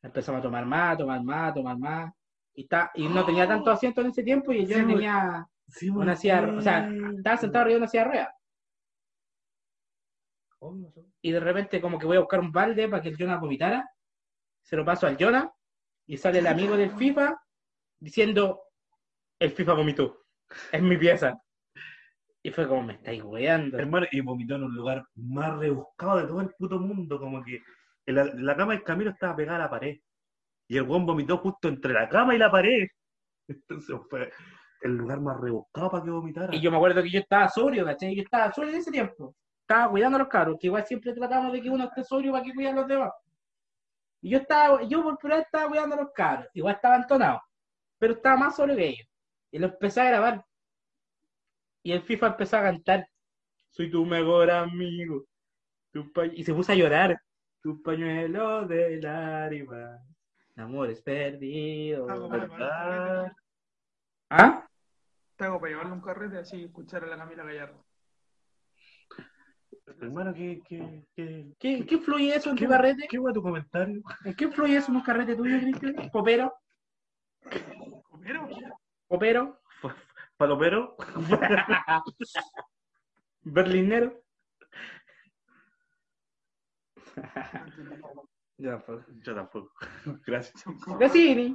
Empezamos a tomar más, a tomar más, a tomar más. Y, ta- y no tenía tanto asiento en ese tiempo y yo
Sí,
no
güey.
tenía
Sí,
una silla, de- o sea, estaba sentado arriba de una silla de ruedas.
Oh,
y de repente como que voy a buscar un balde para que el Jonah vomitara, se lo paso al Jonah y sale el amigo del FIFA diciendo, el FIFA vomitó, es mi pieza. Y fue como, me estáis weando.
Hermano, y vomitó en un lugar más rebuscado de todo el puto mundo, como que en la, la cama del camino estaba pegada a la pared. Y el buen vomitó justo entre la cama y la pared. Entonces fue el lugar más rebuscado para que vomitara.
Y yo me acuerdo que yo estaba sobrio, ¿cachai? Yo estaba sobrio en ese tiempo. Estaba cuidando a los cabros, que igual siempre tratamos de que uno esté sobrio para que cuiden a los demás. Y yo estaba, yo por primera vez estaba cuidando a los cabros, igual estaba entonado, pero estaba más sobrio que ellos. Y lo empecé a grabar. Y el FIFA empezó a cantar, soy tu mejor amigo. tu pa- y se puso a llorar. Tu pañuelo de lágrimas, amores perdidos.
Está como-
¿Verdad?
¿Ah?
Te hago para llevarle un carrete así y escuchar a la Camila Gallardo.
Hermano, ¿qué, qué, qué,
¿Qué, ¿Qué influye eso en
qué,
tu carrete?
qué fue tu comentario?
¿En qué influye eso en un carrete tuyo, Cristian? ¿Popero?
Pero,
¿Popero?
¿Palopero?
¿Berlinero?
Yo tampoco. Gracias.
Cassini.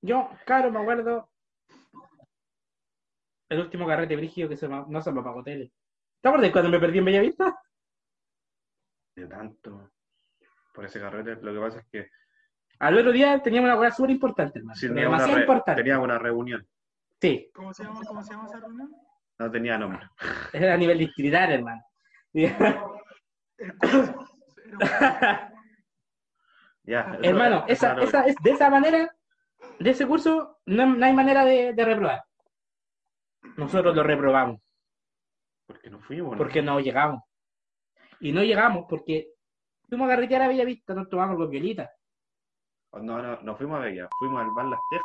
Yo, claro, me acuerdo el último carrete brígido que se me, no se me apagó tele. ¿Te acuerdas cuando me perdí en Bellavista?
De tanto. Por ese carrete, lo que pasa es que
Al otro día teníamos una weá súper importante, hermano.
sí, tenía, una
demasiado
re-
importante.
tenía una reunión.
Sí,
¿cómo se llama, cómo se llama esa reunión?
No tenía nombre.
era a nivel distrital, hermano. Y-
El curso. Era un-
Ya, eso-
hermano,
eso
esa,
era lo-
esa, es, de esa manera, de ese curso, no, no hay manera de, de reprobar. Nosotros lo reprobamos.
Porque no fuimos. ¿no?
porque no llegamos. Y no llegamos porque fuimos a carretear a Bellavista, nos tomamos los violitas.
Oh, No, no, no fuimos a Bella, fuimos al bar Las Tejas,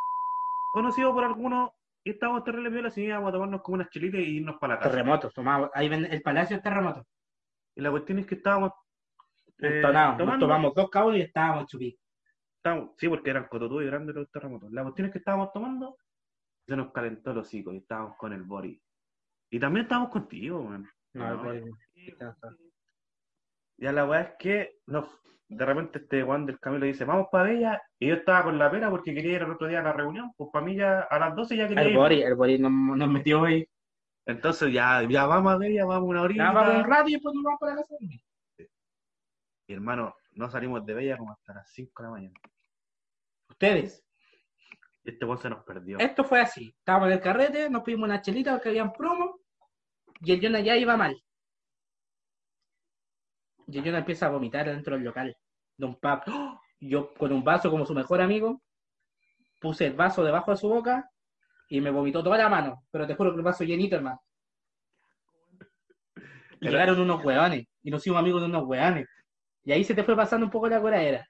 conocido por algunos, y estábamos terrible violas y íbamos a tomarnos como unas chilitas y irnos para la casa.
Terremotos, tomamos, ahí ven el Palacio del Terremoto.
Y la cuestión es que estábamos eh,
Entonados, nos
tomando-
tomamos dos cabos y estábamos chupí.
estábamos- sí, porque eran cototudos y grandes los terremotos. La cuestión es que estábamos tomando, se nos calentó el hocico y estábamos con el Boris. Y también estábamos contigo, man.
No,
No.
el-
Ya la weá es que nos, de repente este Juan del Camilo dice, vamos para Bella, y yo estaba con la pena porque quería ir el otro día a la reunión, pues para mí ya a las 12 ya quería
el
ir.
Boris, el Boris nos, nos metió hoy.
Entonces ya, ya vamos a Bella, vamos una horita.
Ya vamos un rato y después nos vamos para la casa.
Y, hermano, no salimos de Bella como hasta las 5 de la mañana.
Ustedes,
Y este weón se nos perdió.
esto fue así. Estábamos en el carrete, nos pedimos una chelita porque habían promo y el Jonah ya iba mal. Y el Jonah empieza a vomitar dentro del local de un pub. yo con un vaso como su mejor amigo, puse el vaso debajo de su boca y me vomitó toda la mano, pero te juro que el vaso llenito, hermano. Y
Era-
llegaron unos hueones y nos hicimos amigos de unos hueones. Y ahí se te fue pasando un poco la coradera.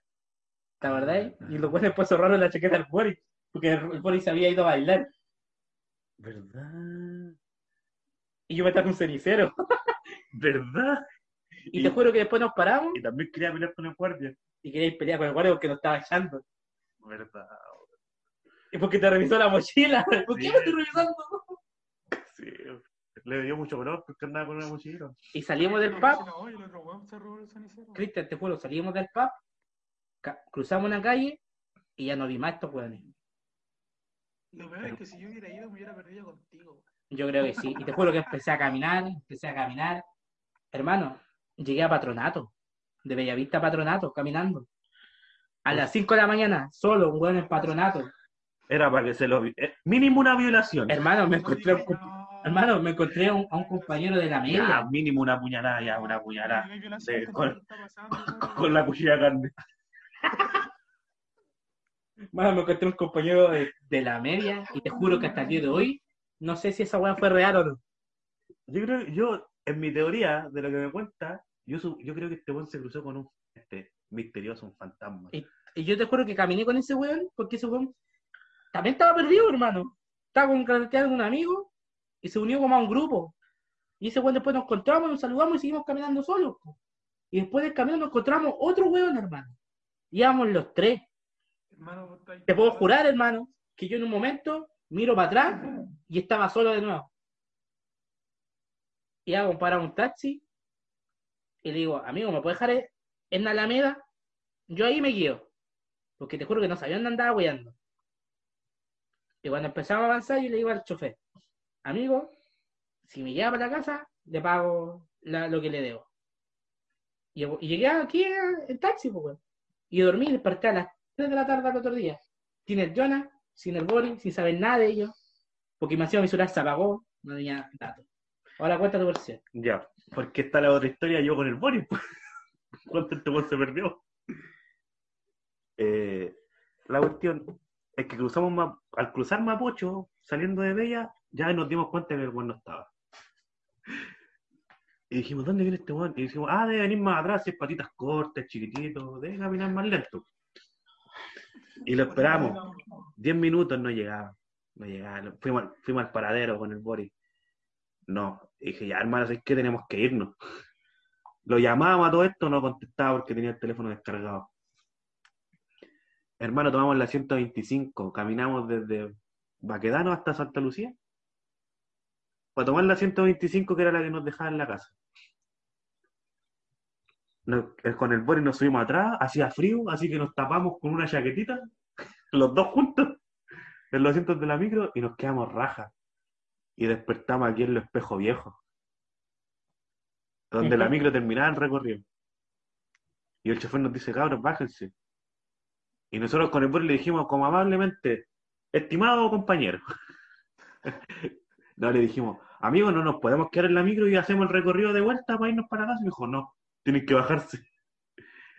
¿La verdad? eh? Y los hueones después zorraron la chaqueta al Boris, porque el el Boris se había ido a bailar.
¿Verdad?
Y yo me traje un cenicero.
¿Verdad?
Y,
Y-
te juro que después nos paramos
Y también quería pelear con el guardia.
y queríais pelear con el guardia porque nos estaba echando.
¿Verdad?
Y porque te revisó la mochila. ¿Por qué me estoy revisando?
Sí. Le dio mucho color porque andaba con una mochila.
Y salimos del
Una
pub
vecina hoy, el otro weón se robó el cenicero.
Cristian, te juro, salimos del pub, ca- cruzamos una calle y ya no vi más estos hueones.
Lo peor es que si yo hubiera ido me hubiera perdido contigo. weón.
Yo creo que sí. Y te juro que empecé a caminar, empecé a caminar. Hermano, llegué a patronato. de Bellavista a Patronato, caminando. A las 5 de la mañana, solo un weón en Patronato.
Era para que se lo... vi- eh, mínimo una violación.
Hermano, me
No
encontré, a un
digáis,
com-
no,
hermano, me encontré a un, a un compañero de la
Ya,
media.
mínimo una puñalada, ya, una
no
puñalada.
digáis violación,
de-
que
con-
no está pasando,
Con la cuchilla grande.
Hermano, me encontré a un compañero de, de la media y te juro que hasta el día de hoy no sé si esa weá fue real o no.
Yo creo, yo, en mi teoría, de lo que me cuenta, yo, su- yo creo que este buen se cruzó con un este, misterioso, un fantasma.
Y- Y yo te juro que caminé con ese weón porque ese weón también estaba perdido, hermano. Estaba con carreteando con un amigo y se unió como a un grupo. Y ese weón después nos encontramos, nos saludamos y seguimos caminando solos. po. Y después del camino nos encontramos otro weón, hermano. Íbamos los tres.
hermano, vos estáis-
Te puedo jurar, hermano, que yo en un momento miro para atrás y estaba solo de nuevo. Y hago para un taxi y le digo, amigo, ¿me puedes dejar e- en la Alameda? Yo ahí me guío, porque te juro que no sabía dónde andaba guiando. Y cuando empezamos a avanzar, yo le digo al chofer, amigo, si me lleva para la casa, le pago la- lo que le debo. Y, y llegué aquí eh, en taxi, pues, weón. y dormí y desperté a las 3 de la tarde al otro día. Sin el Jonah, sin el Boris, sin saber nada de ellos. Porque me hacía mi celular se apagó, no tenía datos. Ahora cuenta tu versión.
Ya, porque está la otra historia yo con el Boris. pues. ¿Cuánto este weón se perdió? Eh, la cuestión es que cruzamos Ma- al cruzar Mapocho, saliendo de Bella, ya nos dimos cuenta que el weón no estaba. Y dijimos, ¿dónde viene este weón? Y dijimos, ah, debe venir más atrás, si es patitas cortas, chiquitito, debe caminar más lento. Y lo esperamos. Diez minutos no llegaba. No llegaba. Lo- Fuimos, al- fuimos al paradero con el Boris. No. Y dije, ya, hermano, es que tenemos que irnos. Lo llamábamos a todo esto, no contestaba porque tenía el teléfono descargado. Hermano, tomamos la 125, caminamos desde Baquedano hasta Santa Lucía. Para tomar la 125, que era la que nos dejaba en la casa. Nos- eh, con el Boris nos subimos atrás, hacía frío, así que nos tapamos con una chaquetita los dos juntos en los asientos de la micro y nos quedamos rajas. Y despertamos aquí en el espejo viejo, donde la micro terminaba el recorrido. Y el chofer nos dice, cabros, bájense. Y nosotros con el boli le dijimos como amablemente, estimado compañero. no, le dijimos, amigos, no nos podemos quedar en la micro y hacemos el recorrido de vuelta para irnos para casa. Y me dijo, no, tienen que bajarse.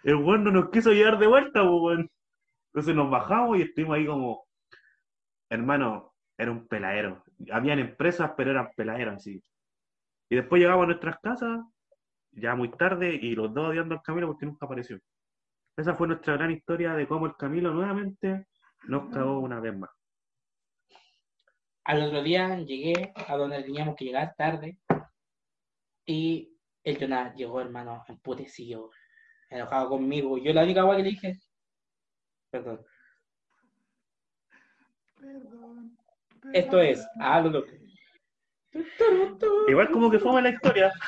El weón no nos quiso llevar de vuelta, po, weón. Entonces nos bajamos y estuvimos ahí como, hermano, era un peladero. Habían empresas, pero eran peladeros, así. Y después llegamos a nuestras casas, ya muy tarde, y los dos odiando al Camilo porque nunca apareció. Esa fue nuestra gran historia de cómo el Camilo nuevamente nos cagó una vez más.
Al otro día llegué a donde teníamos que llegar tarde y el Jonás llegó, hermano, emputecido, enojado conmigo. Yo la única agua que le dije, perdón,
Perdón,
esto
perdón.
es, ah, hablo loco.
Igual como que fue la historia.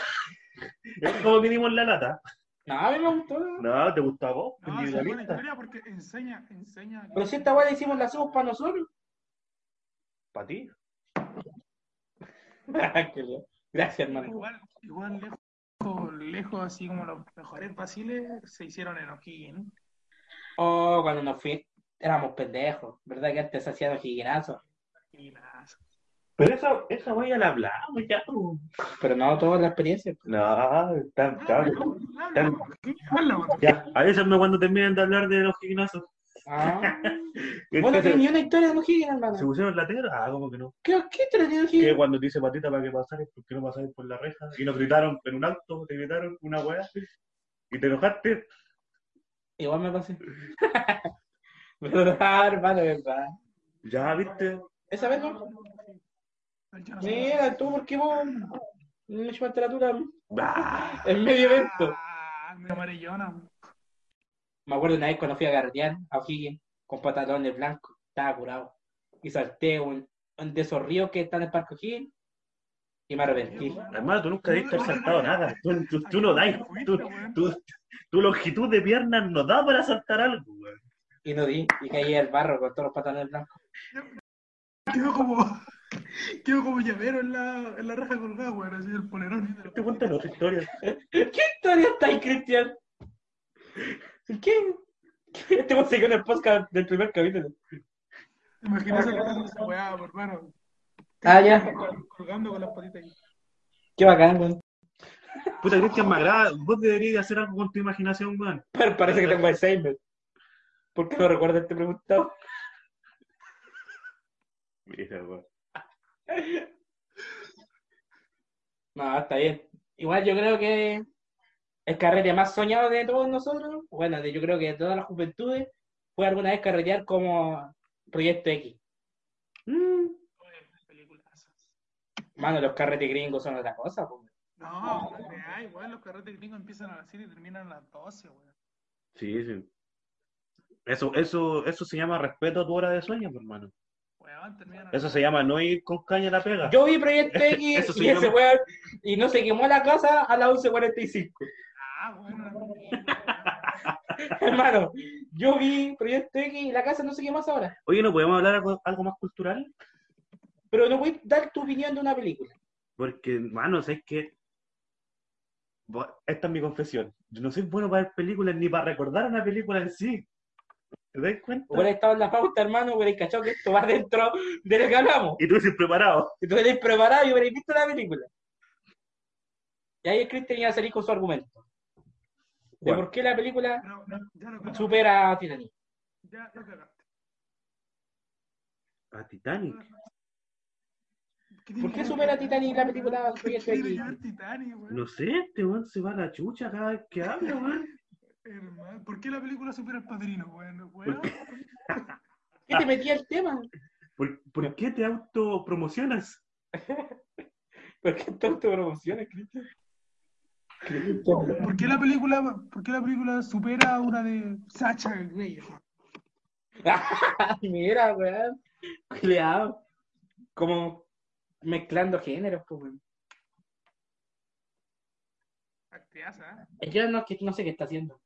Es como que dimos la lata.
No, a mí me gustó.
No, ¿te gustó a vos?
No, es una buena historia porque enseña, enseña.
Pero si esta agua la hicimos, la hacemos para nosotros.
¿Para ti?
Qué lindo. Gracias, hermano.
Igual, igual lejos, lejos, así como los mejores vaciles se hicieron en O'Higgins.
Oh, cuando nos fui, éramos pendejos, ¿verdad? Que antes hacíamos giganazos.
Y las...
Pero esa, esa wea la hablamos ya.
Uh,
Pero no toda la experiencia.
No, está,
Habla,
está-
habla, habla, habla.
Ya, avísame cuando terminen de hablar de los gimnasios.
Ah.
Que
Bueno,
se,
tiene ni una historia de los gigas, hermano.
se pusieron la tierra, ah, como que no.
¿Qué, qué historia tiene los gigas?
Que cuando te dice patita para que pasares, ¿por qué no pasares por la reja? Y nos gritaron en un auto, te gritaron una weá. Y te enojaste.
Igual me pasé. verdad, hermano, verdad.
Ya, viste.
Esa vez no.
Yo no sé. Ah,
Mira, tú, ¿por qué vos me llevaste la tura
Ah,
en medio evento?
Ah, me amarillona.
Me acuerdo una vez cuando fui a gardear a O'Higgins con pantalones blancos, estaba curado. Y salté un, un de esos ríos que están en el Parque O'Higgins y me arrepentí.
hermano, tú nunca debiste haber saltado nada. Tú, tú, tú no dais. Tú, tú, tu longitud de piernas no da para saltar algo, weón.
Y no di, y caí al barro con todos los pantalones blancos.
Quedó como, quedó como llavero en la, en la raja
Este
colgada, weón, así el polerón.
Te cuentan otra historia.
¿Qué historia estáis, Cristian? ¿Qué?
Este weón se quedó en el podcast del primer capítulo.
¿Te imaginas el esa weá, hermano?
Ah, ya.
Colgando con las patitas ahí.
Qué bacán, weón.
Puta, Cristian Magrada, vos deberías hacer algo con tu imaginación, weón.
Pero parece que tengo Alzheimer. ¿Por qué no recuerdas este preguntado?
Mira, weón.
No, está bien. Igual yo creo que el carrete más soñado de todos nosotros, bueno, de- yo creo que de todas las juventudes, fue alguna vez carretear como Proyecto X.
Películas.
Mano, los carretes gringos son otra cosa, po.
No, hombre, ay, weón, los carretes gringos empiezan a las 7 y terminan a las 12, weón.
Sí, sí. Eso, eso, eso se llama respeto a tu hora de sueño, pues, hermano.
Weón, terminan a las
Eso se llama no ir con caña a la pega.
Yo vi Proyecto
Eso
X
se
y ese
llama-
weón, y no se quemó la casa a las 11.45.
Ah, bueno, una película,
Hermano, yo vi Proyecto X y la casa no se quemó a esa hora.
Oye, ¿no podemos hablar algo, algo más cultural?
Pero no voy a dar tu opinión de una película.
Porque, hermano, es que... Esta es mi confesión. Yo no soy bueno para ver películas ni para recordar una película en sí. ¿Te das cuenta?
Hubiera estado en la pauta, hermano, hubiera cachado que esto va dentro de lo que hablamos.
Y tú dices preparado.
Si tú eres preparado, yo hubiera visto la película. Y ahí el Christian iba a salir con su argumento. De
Bueno.
por qué la película
pero no, ya lo cagaste.
supera a Titanic.
Ya lo cagaste.
A Titanic.
¿Por qué supera a Titanic la película
¿Qué
Proyecto
tiene
X?
que ver Titanic, weón?
No sé, este weón se va a la chucha cada vez que habla, weón.
Hermano, ¿Por qué la película supera al padrino, weón? Weón,
¿Qué te metía el tema?
¿Por, por qué te autopromocionas?
¿Por qué tanto promociones, Cristian?
¿Por qué la película, por qué la película supera a una de Sacha Grey?
Mira, weón. Culeado. Como mezclando géneros, pues, weón.
Actriaza, ¿eh?
Yo no, que- no sé qué está haciendo.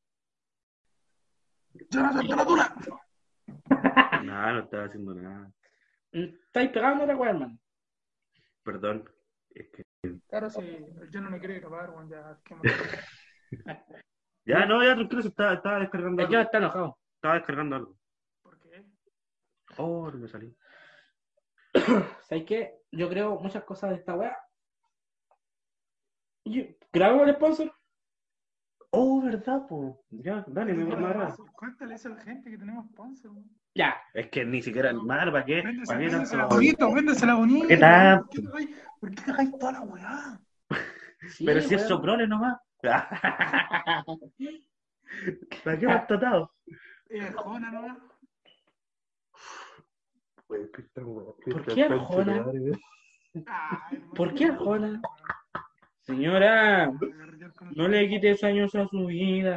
¡Jonathan Taradura!
No, no estaba haciendo nada.
Mm, ¿Estáis pegando la weón, hermano?
Perdón. Es que...
Claro, sí, el Jono Eh, no quiere grabar, weón, ya. qué mal.
Ya, no, ya tranquilo, se estaba, estaba descargando
El Joe
algo.
está enojado.
Estaba descargando algo.
¿Por qué?
Oh, no me salí.
¿Sabes qué? Yo creo muchas cosas de esta weá. Y- ¿Grabamos el sponsor?
Oh, ¿verdad, po? Ya, dale, me voy a amarrar.
Cuéntale eso a la gente que tenemos sponsor, weón.
Ya.
Es que ni siquiera el mar, ¿para qué?
Véndesela,
¿Para qué
véndesela
tanto?
bonito, véndesela bonito.
¿Qué tal?
¿Por qué cagáis- ¿Por qué cagáis toda la weá?
Sí,
Pero si es
weón.
soprole nomás. ¿Para qué más tratado?
Eh, Jona, ¿no?
¿Por qué Arjona?
Ay, hermano.
¿Por qué Arjona? Señora, no le quites años a su vida.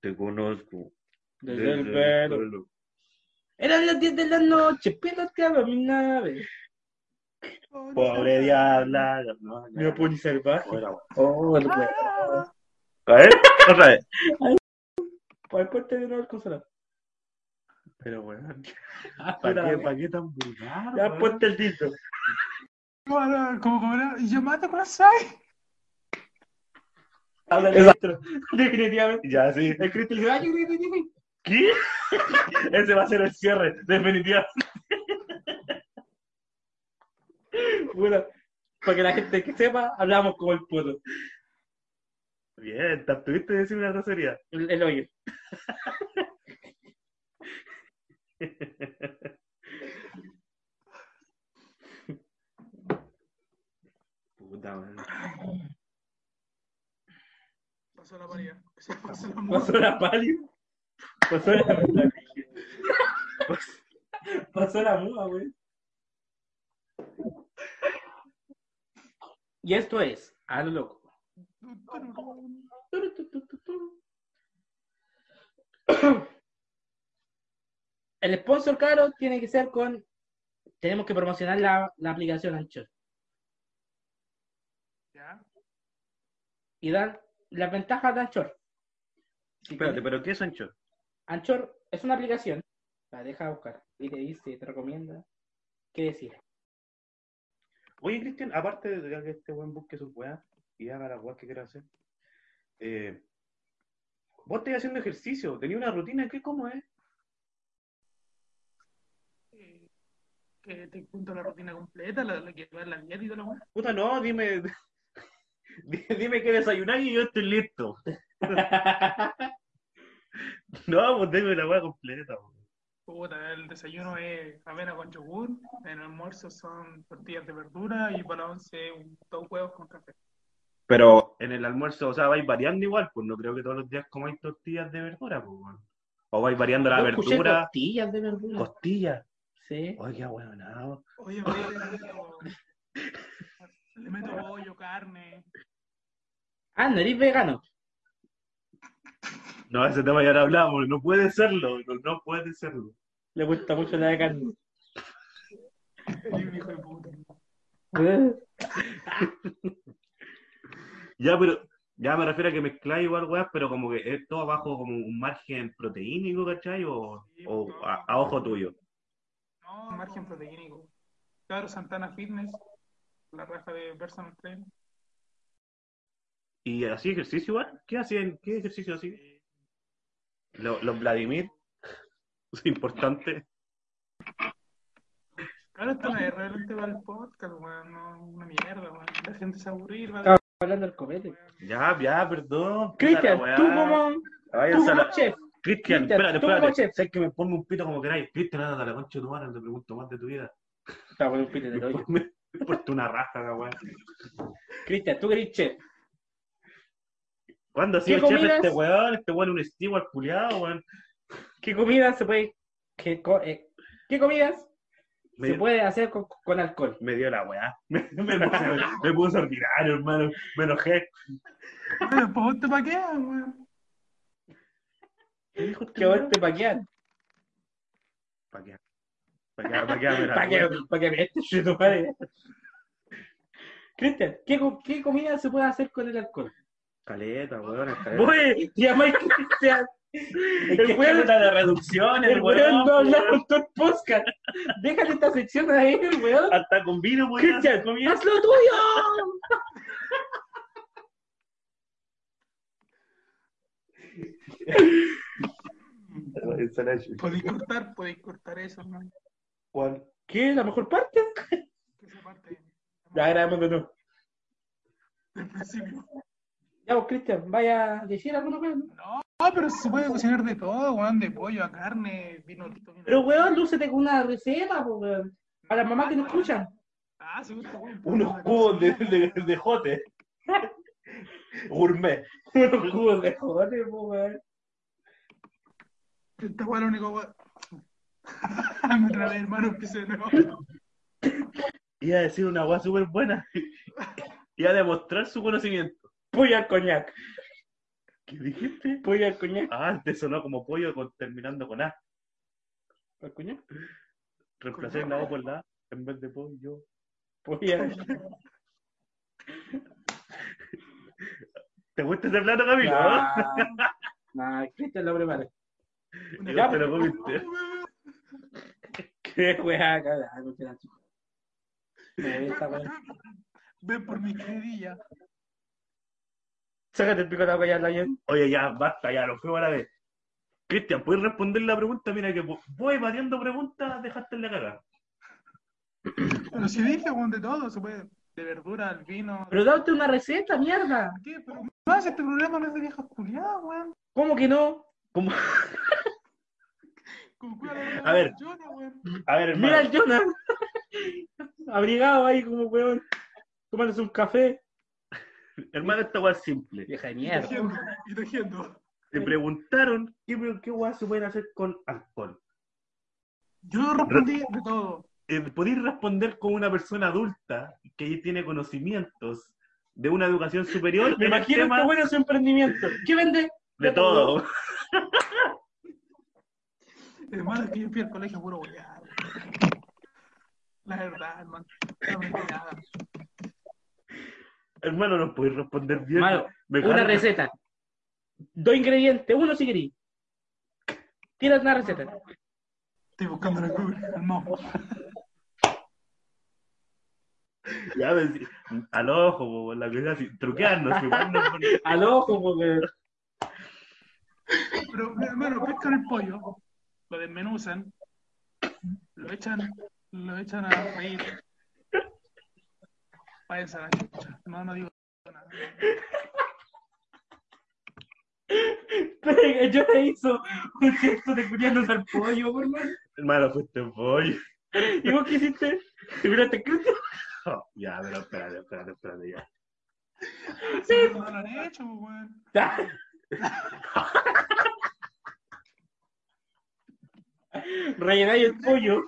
Te conozco.
Desde el pelo. Eran las 10 de la noche, piloteaba mi nave.
Pobre diabla. No, no, no.
pony salvaje.
Fuera, weón.
Oh, el weón.
A ver, otra vez.
Por parte de nuevo Pues el consolador.
Pero, weón.
Ah,
¿Para qué,
puta,
para qué tan vulgar?
Ya
weón?
ponte el dito.
No, no, como como era, y yo mato con la sai.
Habla el intro. Definitivamente.
Ya, sí.
El Cristian dice, "Ah, yo creo que tiene".
¿Qué? Ese va a ser el cierre, definitivamente.
Bueno, para que la gente que sepa, hablamos como el puto.
Bien, te tuviste de decir una grosería.
El, el hoyo.
Puta, weón.
Pasó la paría. Se pasó la
Pasó
muerte.
la pálida. Pasó la Pasó la muda, güey. Y esto es, a lo loco. El sponsor caro tiene que ser con. Tenemos que promocionar la, la aplicación Anchor
Ya.
y dar las ventajas de Anchor. Si
Espérate, ¿pero qué es Sancho?
Anchor es una aplicación, la deja buscar y te dice, te recomienda qué decir.
Oye, Cristian, aparte de que este buen busque sus weas y haga las weas que quiera hacer, eh, Vos estás haciendo ejercicio, tenía una rutina, ¿qué cómo es?
eh, que te cuento la rutina completa, la, la que va en la dieta y toda la weá.
Puta, no, dime. di- Dime que desayunar y yo estoy listo. no, pues tengo la weá completa. po.
Puta, el desayuno es avena con yogur, en el almuerzo son tortillas de verdura y para la once un- dos huevos con café.
Pero en el almuerzo, o sea, vais variando igual, pues no creo que todos los días comáis tortillas de verdura, pues. weón. O vais variando la
Yo escuché
verdura,
Costillas de verdura.
costillas.
Sí.
Oye, weón,
Oye, oye, le meto, le meto pollo, carne.
Ah, no eres vegano.
no, ese tema ya lo hablamos, no puede serlo, no, no puede serlo.
Le gusta mucho la de carne.
Eres un hijo de puta.
Ya, pero ya me refiero a que mezcláis igual, weón, pero como que es todo bajo como un margen proteínico, ¿cachai? O, o a, a ojo tuyo.
No, margen proteínico. Claro, Santana Fitness, la raja de personal trainer.
¿Y así ejercicio igual? ¿Qué hacían? ¿Qué ejercicio así? Lo- Los Vladimir, es importante.
Claro, esto no es realmente para el podcast, weón. No, una mierda, weón. La gente se aburrir, va a-
Hablando del copete.
Ya, ya, perdón. puta la
Cristian,
weá.
tú como.
Váyanse a la-
como chef.
Cristian,
Cristian,
espérate,
tú como
espérate.
chef.
Sabes que me pongo un pito como queráis. Cristian, anda a la concha de tu madre, no te pregunto más de tu vida.
Está con un pito en el hoyo.
Me he puesto una raja, la weá.
Cristian, tú eres chef.
¿Cuándo ha sido
¿Qué
chef
comidas?
este weón? Este weón un Stewart puleado, weón.
¿Qué comida se puede. ¿Qué, co- eh, ¿qué comidas
Me,
se puede hacer con, con alcohol?
me dio la weá. Me, me puse, me puse ordinario, hermano. Me enojé.
Bueno, pues vos te paqueas, weón.
¿Qué dijo este
Que
weón?
vos te paquean.
Pa' qué? Pa' qué- pa' qué- mira,
Para que,
weón.
pa' que me estés de tu este madre. Cristian, ¿qué, co- ¿qué comida se puede hacer con el alcohol?
Caleta, weón. caleta.
Voy, llamáis Cristian.
El weón está de reducción, el
El weón no habla
weón.
con todo el podcast. Déjate esta sección ahí, el weón.
Hasta con vino, weón.
Cristian, haz lo tuyo.
Podéis cortar, podéis cortar eso, hermano.
Weón.
¿Qué? ¿La mejor parte?
Que Esa parte
Ya grabamos de nuevo.
del principio.
Ya, vos, Cristian, vaya a decir alguna cosa. ¿no?
No, pero se puede cocinar de todo, weón. De pollo a carne, vino tinto, vino-
Pero, weón, lúcete con una receta, po, weón. A las mamás que no escuchan.
Ah, se gusta, weón.
Unos cubos de, de, de jote. Gourmet.
Unos cubos de joder, po, weón.
Esta Este weón, lo único, weón. Me trabé, hermano, empiezo de nuevo.
Iba a decir una weá súper buena. Iba a demostrar su conocimiento.
Pollo al coñac.
¿Qué dijiste?
Pollo al coñac.
Ah, te sonó como pollo con- terminando con A.
¿Al coñac?
Reemplacé la O por la A en vez de pollo.
Pollo al
¿Te gusta ese plato, Camilo? no?
Nah, nah, Cristian lo prepara.
Una-
Ya,
te lo comiste.
Qué weá, cagada, no te la chupo. Me ves, weón.
Ve por mi querida.
Sácate el pico de la olla al avión.
Oye, ya, basta, ya, lo fue a la vez. Cristian, ¿puedes responder la pregunta? Mira que vo- voy variando preguntas, dejaste en la caga.
Pero si dije, weón, de todo. Se puede. De verdura al vino.
Pero date una receta, mierda.
¿Qué? Pero más, este programa no es de viejas culiadas, weón.
¿Cómo que no?
¿Cómo?
¿Con cuál habla
A ver.
Jonah, weón?
A ver, hermano.
Mira el Jonah. Abrigado ahí como weón. Tomándose un café.
Hermano, esta weá es simple.
Vieja de
Tejiendo, Y tejiendo.
Te preguntaron qué, qué weá se pueden hacer con alcohol.
Yo respondí de todo.
Eh, podéis responder como una persona adulta que ya tiene conocimientos de una educación superior
Me
en el
imagino
tema
que bueno su emprendimiento. ¿Qué vende?
de todo.
Hermano, es que yo fui al colegio puro goleado. La verdad, hermano. No aprendí nada.
Hermano, no podéis responder bien.
Malo,
Me
una
carga.
receta. Dos ingredientes, uno si querís. Tienes una receta.
Estoy buscando la Google, el mojo.
Ya, me decí- al ojo, po, la cosa así, truquearnos. igual no-
Al ojo, porque.
Pero, mi hermano, pescan el pollo, lo desmenuzan, lo echan, lo echan a freír. Váyanse a la chucha. No, no digo nada.
Pero yo te hizo un gesto de culiándose al pollo, por hermano.
Hermano, fuiste pollo.
¿Y vos qué hiciste? ¿Te miraste Cristo?
Oh, ya, pero espérate, espérate, espérate, ya.
Sí, no lo han hecho, pues, weón.
Rellenáis el pollo.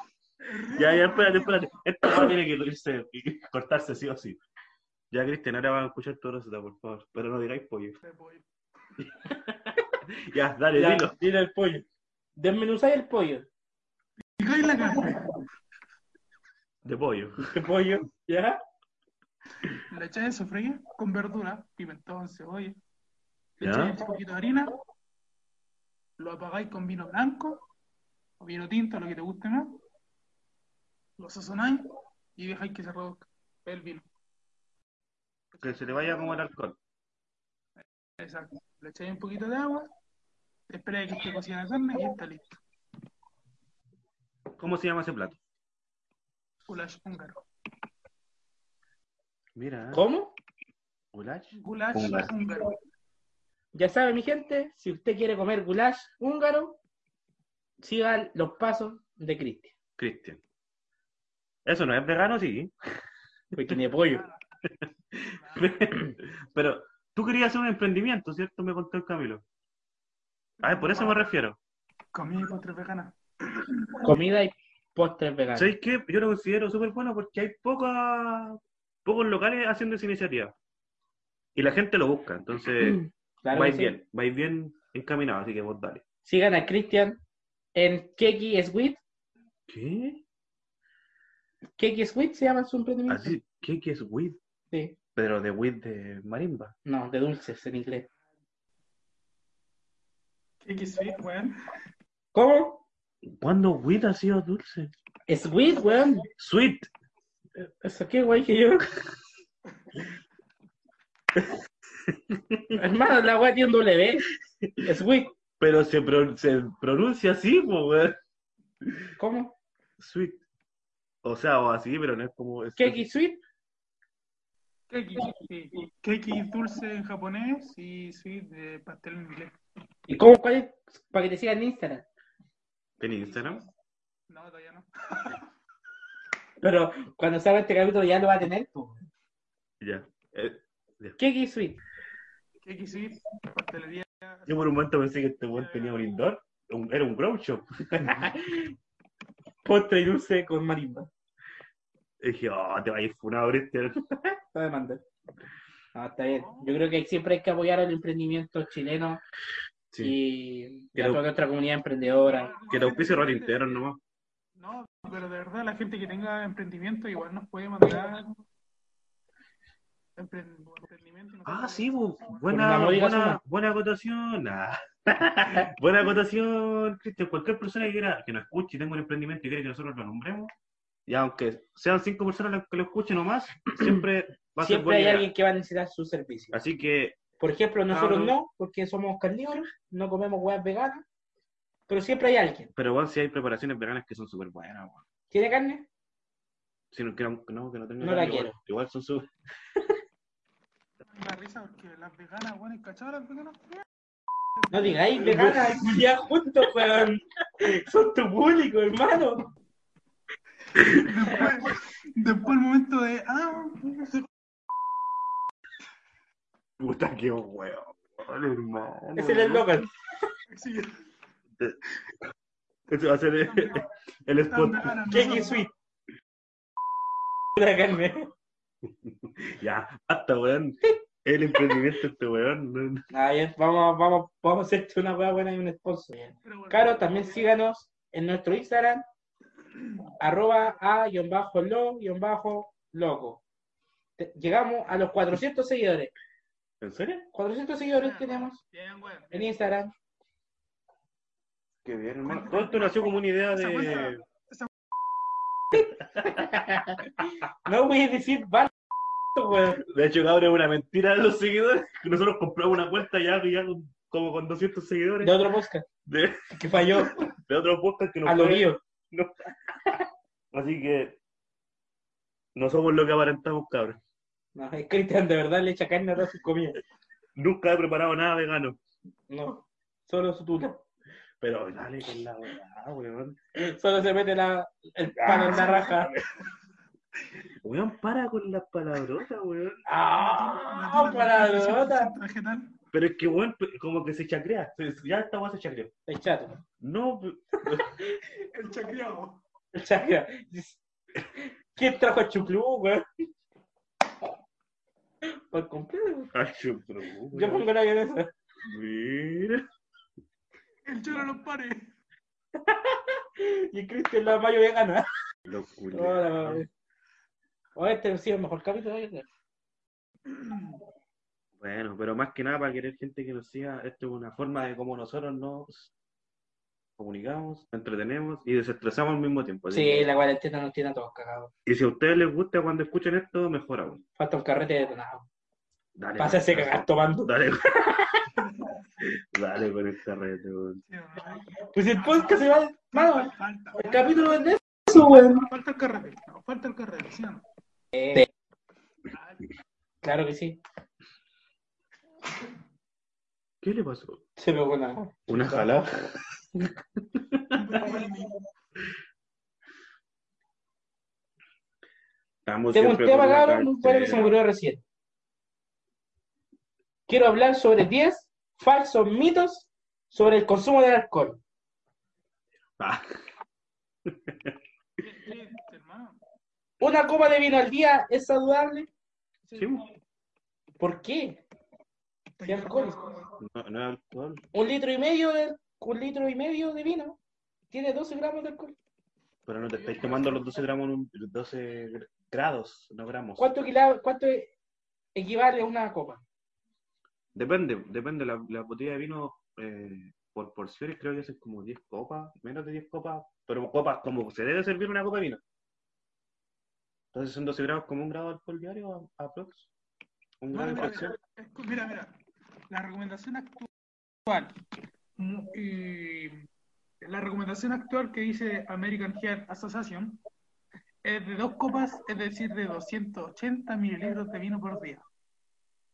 Ya, ya, espérate, espérate. Esta weá tiene que irse, cortarse sí o sí. Ya, Cristian, ahora van a escuchar tu receta, por favor. Pero no digáis pollo.
De pollo.
Ya, dale,
Ya,
dilo.
Dile el pollo.
Desmenuzáis el pollo.
Y cae la carne.
De pollo.
¿Qué pollo? ¿Ya?
La echáis a sofreír con verdura, pimentón, cebolla. Le
¿Ya?
echáis un poquito de harina. Lo apagáis con vino blanco o vino tinto, lo que te guste más. Lo sazonáis y dejáis que se reduzca el vino.
Que se le vaya como el alcohol.
Exacto. Le echáis un poquito de agua. Esperáis que esté cocida la carne y está listo.
¿Cómo se llama ese plato?
Goulash húngaro.
Mira. ¿eh?
¿Cómo?
¿Goulash?
Goulash
Húngaro.
húngaro.
Ya sabe, mi gente, si usted quiere comer goulash húngaro, sigan los pasos de Cristian.
Cristian. Eso no es vegano, sí.
Porque tiene pollo.
Pero tú querías hacer un emprendimiento, ¿cierto? Me contó el Camilo. Ah, por eso me refiero.
Comí postre vegana.
Comida y postres veganos.
¿Sabéis qué? Yo lo considero súper bueno porque hay poca, pocos locales haciendo esa iniciativa. Y la gente lo busca, entonces
Mm, Claro
vais
que sí.
bien, vais bien encaminado, así que vos dale.
Sigan a Cristian en Keki Sweet.
¿Qué?
Keki Sweet se llama su emprendimiento.
Así, ¿qué, qué es weed?
Sí.
Pero de weed de marimba.
No, de dulces en inglés.
Qué sweet, weón.
¿Cómo?
¿Cuándo weed ha sido dulce?
Sweet, weón.
Sweet.
¿Eso qué, güey, que yo? Hermano, la weá tiene un W. Sweet.
Pero se, pro- se pronuncia así, po, weón.
¿Cómo?
Sweet. O sea, o así, pero no es como... es-
Keki Sweet.
Keki, sí. Keki es dulce en japonés y sweet de pastel en inglés.
¿Y cómo? ¿Cuál es? Para que te sigan en Instagram.
¿En Instagram?
No, todavía no.
Pero cuando salga este capítulo ya lo va a tener. po.
Ya. Eh,
Keki Sweet.
Keki sweet, pastelería.
yo por un momento pensé que este weón tenía un indoor. un- era un grow shop.
Postre y dulce con marimba.
Y dije, oh, te va a ir funado, Cristian.
No demanda. No, Ah, está bien. Yo creo que siempre hay que apoyar al emprendimiento chileno y a
Creo-
toda nuestra comunidad emprendedora.
Que te auspicio rol entero nomás.
No, pero de verdad la gente que tenga emprendimiento igual nos puede mandar emprend- emprendimiento. y nosotros-
Ah, sí, bu-
una
buena,
módica
buena,
suma.
buena acotación. ah. buena acotación, Cristian. Cualquier persona que quiera, que nos escuche y tenga un emprendimiento y quiera que nosotros lo nombremos, y aunque sean cinco personas las que lo escuchen nomás, siempre va a ser
Siempre
buena
hay
idea.
alguien que va a necesitar su servicio.
Así que,
Por ejemplo, nosotros
Claro.
no, porque somos carnívoros, no comemos huevas veganas, pero siempre hay alguien.
pero bueno, si hay preparaciones veganas que son súper buenas, weón.
¿Tiene carne?
Si no, que no, que no, que no tenga
No la
carne,
quiero.
igual- Igual son súper.
Me da risa porque las veganas, bueno, ¿cachado las veganas?
No digáis veganas, ya juntos, weón. Son tu público, hermano.
Después, después el momento de, ah,
Puta, qué hueón, hermano.
Ese era el local.
sí,
Ese va a ser el, el
están
spot.
ah, veganas.
Keki
nosotros.
Sweet. La carne.
Ya, basta, weón. El emprendimiento este weón. no- no.
Ah, ya, vamos, vamos, vamos a hacerte una hueá buena y un sponsor.
Pero bueno,
Caro, también síganos en nuestro Instagram, arroba a-lo-loco. Te- Llegamos a los 400 seguidores.
¿En serio?
400
Ah,
seguidores tenemos
Bien, weón.
en Instagram.
Qué bien, hermano. Todo esto nació como una idea
Esa
de.
cuenta-
No voy a decir bar- weón.
De hecho, cabrón, es una mentira de los seguidores. Nosotros compramos una cuenta ya, ya con como con 200 seguidores
De otro podcast
de,
que falló
de otro podcast que no
a lo
fue.
mío.
Así que no somos lo que aparentamos, cabrón.
No, es Cristian de verdad le echa carne a todas sus comidas.
Nunca he preparado nada vegano.
No, solo su tuta.
Pero dale con la weá, weón.
Solo se mete la, el pan en la raja.
Weón, para con las palabrotas, weón.
¡Ah! ¡Paladota!
Vegetal.
Pero es que, weón, como que se chacrea. Se- Ya esta weá se chacrea.
El chato.
No, pe-
El chacreado.
El chacra. ¿Quién trajo a Chuclú, weón? Por completo.
ay, yo, pero, weón.
Yo pongo la cabeza.
Mira.
El choro los pares.
Y Cristian la mayo vegana.
Los
Hola,
culiados.
mami. Oh, este ha sido el mejor capítulo. ¿eh?
Bueno, pero más que nada para querer gente que nos siga, esto es una forma de cómo nosotros nos comunicamos, entretenemos y desestresamos al mismo tiempo. Así
Sí,
que-
la cuarentena nos tiene a todos cagados.
Y si a ustedes les gusta cuando escuchen esto, mejor aún.
Falta un carrete de tonado.
Dale.
Pásase
con-
cagar tomando.
Dale. Dale con este reto, weón.
Sí, ¿no?
Pues el podcast se va de mano.
Falta,
El capítulo es de eso, weón.
falta el carrete. No, falta el carrete, ¿sí o no?
Claro que sí.
¿Qué le pasó?
Se me buena.
Una jalada. Estamos
Tengo un
siempre
tema,
con una
cabrón, un tema que se me
cartera.
ocurrió recién. Quiero hablar sobre 10 falsos mitos sobre el consumo del alcohol.
Ah,
Qué triste, hermano.
¿Una copa de vino al día es saludable?
sí, pues. no,
¿Por qué? ¿Qué alcohol?
no es alcohol.
Un litro y medio de, un litro y medio de vino tiene 12 gramos de alcohol.
Pero no te estáis tomando los 12 gramos, en un- 12 gr- grados, no gramos.
¿Cuánto, equila- cuánto equivale a una copa?
Depende, depende. La, la botella de vino eh, por porciones creo que es como 10 copas, menos de 10 copas, pero copas como se debe servir una copa de vino. Entonces son 12 grados como un grado de alcohol diario a, aprox. Un
No,
grado de
mira,
fracción.
mira, Mira, mira. La recomendación actual. mm, y la recomendación actual que dice American Heart Association es de dos copas, es decir, de 280 mililitros de vino por día.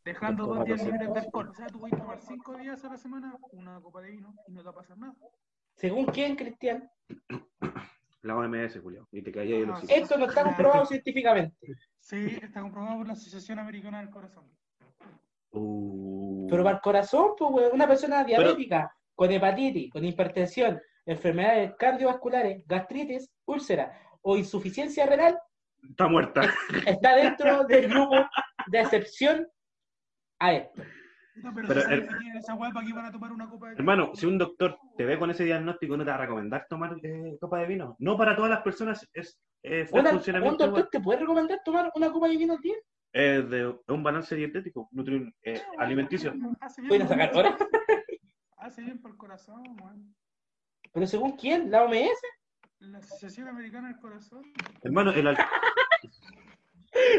Dejando
Dos
dos,
copas,
días libres de
200.
alcohol. O sea, tú puedes tomar cinco días a la semana una copa de vino y no te va a pasar nada.
Según quién, Cristian,
La OMS, Julio. Y te caí ahí los
Ajá.
hijos.
esto no está comprobado científicamente.
Sí, está comprobado por la Asociación Americana del Corazón.
Uh,
Pero para el corazón, pues, weón, una persona diabética, con hepatitis, con hipertensión, enfermedades cardiovasculares, gastritis, úlcera o insuficiencia renal,
Está muerta.
está dentro del grupo de excepción a esto.
No, pero,
Pero
si sabes
el-
que tiene esa guapa aquí para tomar una copa de
Hermano, si un doctor te ve con ese diagnóstico, no te va a recomendar tomar eh, copa de vino. No para todas las personas es, es el
Una- ¿Un
funcionamiento
doctor te puede recomendar tomar una copa de vino al día?
eh, de un balance dietético, nutri- eh, alimenticio.
Hace bien
Voy a
por el
sacar ahora.
Hace bien por el corazón, weón.
Pero según quién, la OMS,
La Asociación Americana del Corazón.
Hermano, el al-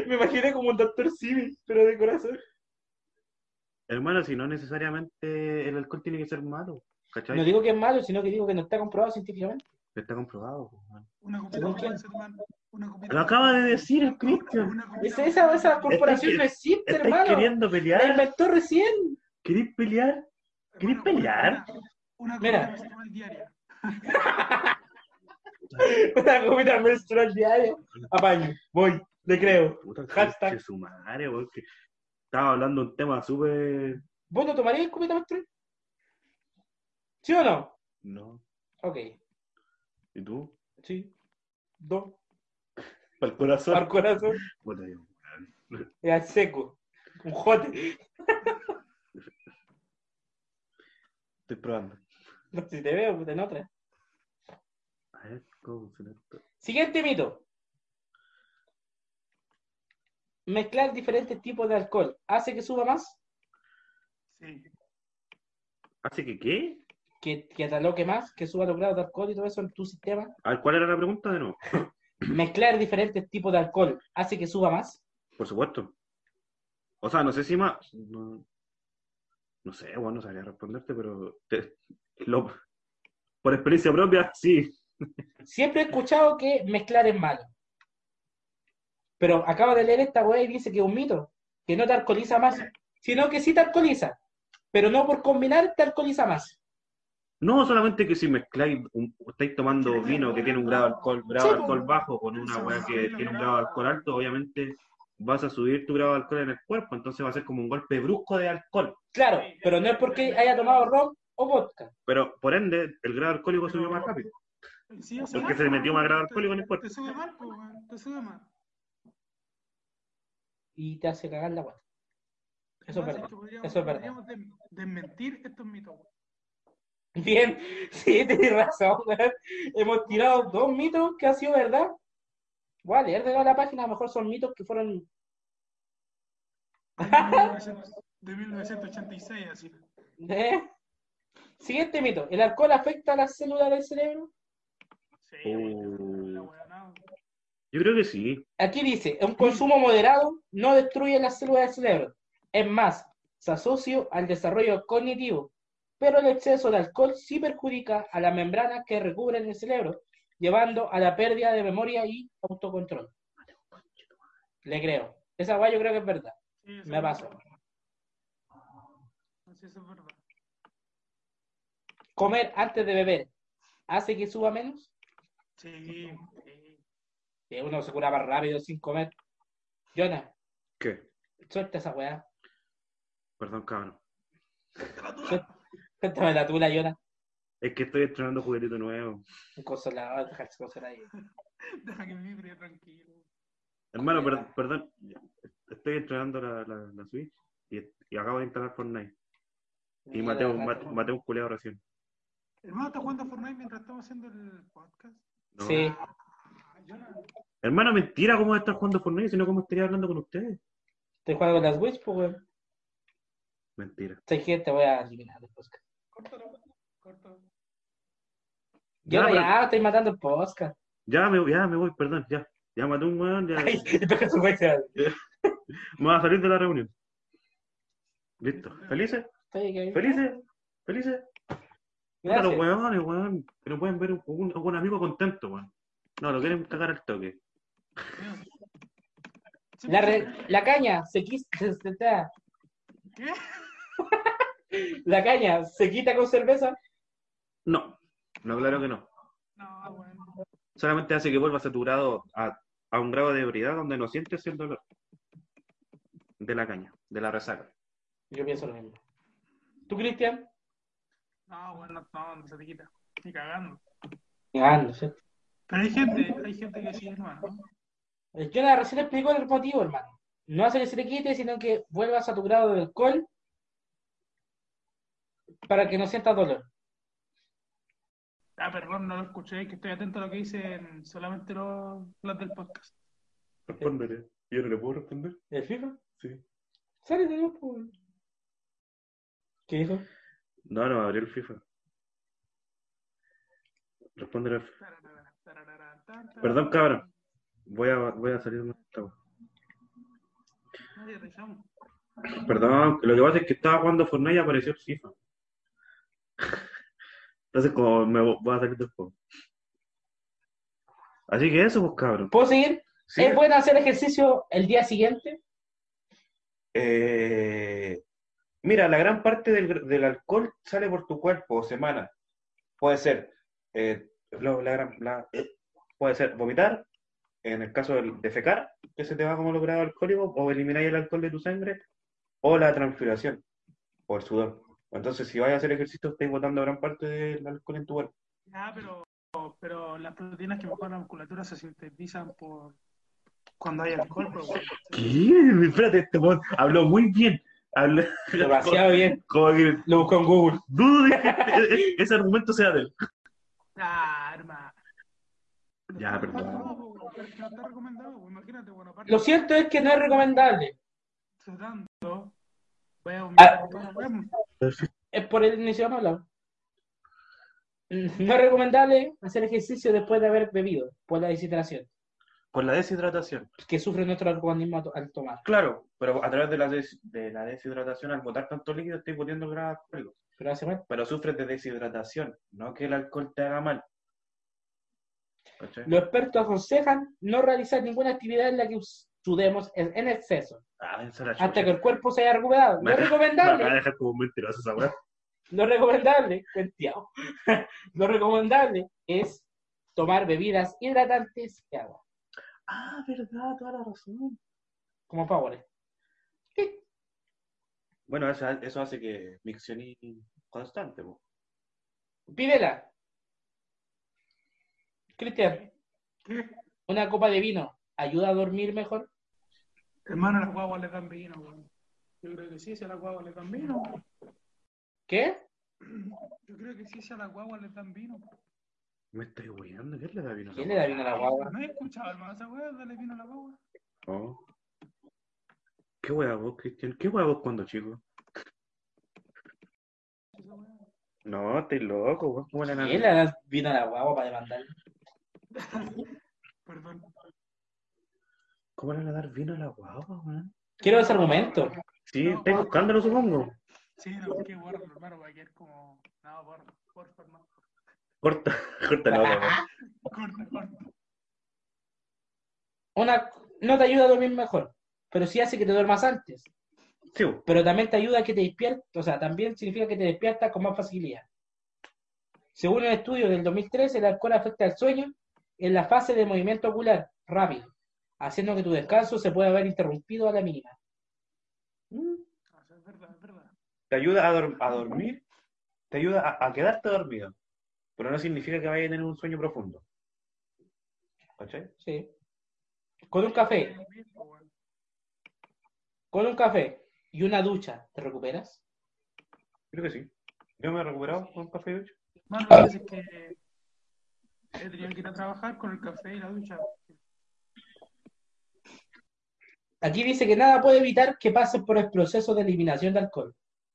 me imaginé como un doctor civil, pero de corazón.
hermano, si no necesariamente el alcohol tiene que ser malo, ¿cachai?
No digo que es malo, sino que digo que no está comprobado científicamente.
Está comprobado. po, man.
Una copita
¿Según
de
quién?
Juan Sermán, Una copita
Lo acaba de decir el Cristian.
Una copita
Esa, esa, esa corporación no existe,
¿Estáis
hermano.
queriendo
La
pelear?
inventó recién.
¿Queréis pelear? ¿Querés
Hermano,
pelear?
Una, una
Mira.
copita mensual diaria.
Una comida menstrual diaria. Apaño, voy, le creo.
Puta,
Hashtag.
que su madre, weón, que Estaba hablando un tema súper...
¿Vos no tomarías comida menstrual? ¿Sí o no?
No.
Ok,
¿Y tú?
sí. Dos.
Para el corazón.
Al corazón.
Puta, yo, weón.
Y al seco. Un jote.
Estoy probando.
No sé si te veo, puta, en otra.
A ver, ¿cómo funciona esto?
Siguiente mito. Mezclar diferentes tipos de alcohol hace que suba más,
Sí.
¿Hace que qué?
que, que ataloque más, que suba los grados de alcohol y todo eso en tu sistema.
A ver, ¿cuál era la pregunta de nuevo?
Mezclar diferentes tipos de alcohol hace que suba más.
Por supuesto. O sea, no sé si más. No, No sé, bueno, no sabría responderte, pero te- lo- por experiencia propia, sí.
Siempre he escuchado que mezclar es malo. Pero acaba de leer esta weá y dice que es un mito, que no te alcoholiza más, sino que sí te alcoholiza, pero no por combinar te alcoholiza más.
No solamente que si mezcláis, un- estáis tomando vino que tiene un grado de alcohol, grado de alcohol bajo con una weá que tiene un grado de alcohol alto, obviamente vas a subir tu grado de alcohol en el cuerpo, entonces va a ser como un golpe brusco de alcohol.
Claro, pero no es porque haya tomado ron o vodka.
Pero por ende, el grado alcohólico subió más rápido.
Sí, hace
Porque
mal,
se le metió
po,
más grado
weón.
alcohólico en el cuerpo.
Te sube mal, po, weón. Te sube mal.
Y te hace cagar la weá. Eso es
Además,
verdad.
que podríamos-
eso es verdad.
Podríamos des- desmentir estos mitos, weón.
Bien, sí, tienes razón, weón. Hemos tirado dos mitos que ha sido verdad. Voy a leer de nuevo la página, a lo mejor son mitos que fueron
De 1986, así.
¿Eh? Siguiente mito. ¿El alcohol afecta a las células del cerebro?
Sí,
Oh.
Uh.
la weá, no.
Yo creo que sí.
Aquí dice, un consumo moderado no destruye las células del cerebro. Es más, se asocia al desarrollo cognitivo, pero el exceso de alcohol sí perjudica a las membranas que recubren el cerebro, llevando a la pérdida de memoria y autocontrol. Le creo. Esa guay yo creo que es verdad.
Sí, eso
Me
es
pasa.
verdad. Sí, eso es verdad.
Comer antes de beber hace que suba menos.
Sí, sí.
Eh, Uno se cura más rápido sin comer. Jonah,
¿Qué?
suelta esa weá.
Perdón, cabrón.
Cuéntame la tula, Jonah.
Es que estoy estrenando juguetito nuevo.
Un consolador, dejarse consolar ahí.
Deja que vibre tranquilo.
Hermano, per- perdón. Estoy estrenando la, la, la Switch y, y acabo de instalar Fortnite. Y maté, a un- mat- maté a un culeado recién.
Hermano, ¿estás jugando Fortnite mientras estamos haciendo el podcast?
No.
Sí,
Ah, yo no.
Hermano, mentira, ¿cómo estar jugando Fortnite? Si no, ¿cómo estaría hablando con ustedes?
te juego con las Witch, pues, weón.
Mentira.
Sé que te voy a eliminar el podcast.
Corto, corto.
Yo
Ya,
no,
pero-
ya, estoy matando el podcast.
Ya me, ya me voy, perdón, ya. Ya maté a un weón, ya.
Ay, pero su weón se va.
Me voy a salir de la reunión. Listo. ¿Felices?
Estoy aquí.
¿Felices? ¿Felices? Puta, los
Gracias.
weones, weón. Que no pueden ver un, un- un amigo contento, weón. No, lo quieren cagar al toque.
Sí,
La,
pues,
re- la caña se quita. se- se- se-
¿Qué?
La caña se quita con cerveza.
No, no, claro que no.
No, bueno.
Solamente hace que vuelvas a tu grado, a, a un grado de ebriedad donde no sientes el dolor. De la caña, de la resaca.
Yo pienso lo mismo. ¿Tú, Cristian?
No, bueno, no, no se te quita. Ni cagando.
Ah, no sé.
Pero hay gente, hay gente que sí, hermano.
El Jonah recién explicó el motivo, hermano. No hace que se te quite, sino que vuelvas a tu grado de alcohol para que no sientas dolor.
Ah, perdón, no lo escuché, que estoy atento a lo que dicen solamente los, los del podcast.
Respóndele. ¿Yo no le puedo responder?
¿El FIFA?
Sí.
Sale de nuevo, po, weón. ¿Qué dijo?
No, no, abrió el FIFA. Respóndele al FIFA.
Tararara, tararara, tan, tan.
Perdón, cabrón. Voy a, voy a salir de esta weá.
Nadie revisamos.
Perdón, lo que pasa es que estaba jugando Fortnite y apareció el FIFA. Entonces, como me vo- voy a salir del juego. Así que eso, pues, cabrón.
¿Puedo seguir?
Sí.
¿Es bueno hacer ejercicio el día siguiente?
Eh, mira, la gran parte del, gr- del alcohol sale por tu cuerpo o semana. Puede ser, eh, lo- la gran- la- eh, puede ser vomitar, en el caso del- de fecar, que se te va como logrado alcohólico, o eliminar el alcohol de tu sangre, o la transpiración, o el sudor. Entonces, si vas a hacer ejercicio, estáis botando gran parte del alcohol en tu cuerpo.
Ah, pero, pero las proteínas que mejoran la musculatura se sintetizan por cuando hay alcohol, pero bueno.
¿Qué? Espérate, este habló muy bien. Habló,
Demasiado bien.
como que
Lo busco en Google.
dudo de que ese argumento sea de él.
Ah, hermano.
Ya,
Pero
perdón.
no, po, pero es que no está recomendado, po, imagínate, bueno, aparte
Lo cierto es que no es recomendable.
sudando, voy a
Ah.
vomitar, weón.
Es por el inicio malo. No es recomendable hacer ejercicio después de haber bebido, por la deshidratación.
por la deshidratación.
que sufre nuestro organismo al- al tomar.
Claro, pero a través de la, des- de la deshidratación, al botar tanto líquido, estoy poniendo grados alcohólicos.
Pero hace mal.
Pero sufres de deshidratación, no que el alcohol te haga mal. ¿Cachai?
Los expertos aconsejan no realizar ninguna actividad en la que sudemos en en exceso,
Ah, ven, sala,
hasta
chucha.
que el cuerpo se haya recuperado.
Me
Lo
acaba- Me acaba de
recomendable,
dejar como un mentiroso esa weá.
lo recomendable, cuenteado. lo recomendable es tomar bebidas hidratantes y agua,
Ah, verdad, toda la razón.
como favores.
Bueno, eso, eso hace que mi acción es constante. po.
Pídela. Cristian,
¿Qué?
una copa de vino ayuda a dormir mejor.
Hermano, las guaguas le dan vino, weón. Yo creo que sí, si a las guaguas le dan vino.
¿Qué?
Yo creo que sí, si a las guaguas le dan vino.
Me estoy weando. ¿Qué le da vino? a esa
¿Quién le
weá?
da vino a la guagua?
No he escuchado, hermano, esa weá, dale vino a la guagua.
No. Oh. ¿Qué hueá vos, Cristian? ¿Qué hueá vos cuando chico?
Esa weá.
No, estoy loco, weón. ¿Cómo le dan a-
¿Quién le da vino a la guagua para demandar?
Perdón.
¿Cómo le van a dar vino a la guagua, weón?
Quiero ese argumento.
Sí,
No,
estoy
weón.
buscándolo, supongo.
Sí, no, qué borro, hermano, va a quedar como. No, borro, por hermano.
Corta, corta la weá. weón.
Corta, corta.
Una, no te ayuda a dormir mejor, pero sí hace que te duermas antes.
Sí, weón.
Pero también te ayuda a que te despiertes, o sea, también significa que te despiertas con más facilidad. Según el estudio del 2013, el alcohol afecta al sueño en la fase de movimiento ocular rápido, haciendo que tu descanso se pueda ver interrumpido a la mínima. Mm,
O sea, es verdad, es verdad.
te ayuda a, dor- a dormir, te ayuda a, a quedarte dormido, pero no significa que vaya a tener un sueño profundo. ¿Cachai?
Sí. Con un café,
pues,
con un café y una ducha, ¿te recuperas?
Creo que sí. Yo me he recuperado con un café de ocho.
Mano, a veces que he tenido que ir a trabajar con el café y la ducha.
Aquí dice que nada puede evitar que pases por el proceso de eliminación de alcohol.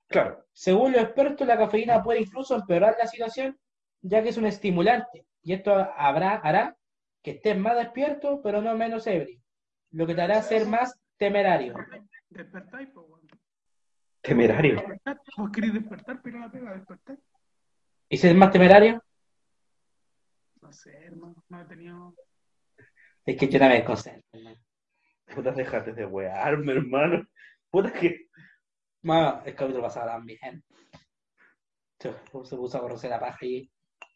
Claro,
Según los expertos, la cafeína puede incluso empeorar la situación, ya que es un estimulante, y esto habrá, hará que estés más despierto, pero no menos ebrio, lo que te hará ser más temerario.
Despertáis, pues, weón.
temerario.
Despertar. Vos querés despertar, pero la pega, despertar.
¿Y ser más temerario?
No sé, hermano, no he tenido.
Es que yo también me concentro, hermano.
Puta, déjate de wearme, hermano. Puta que.
Bueno, el capítulo pasado también. Se se puso a conocer la paja y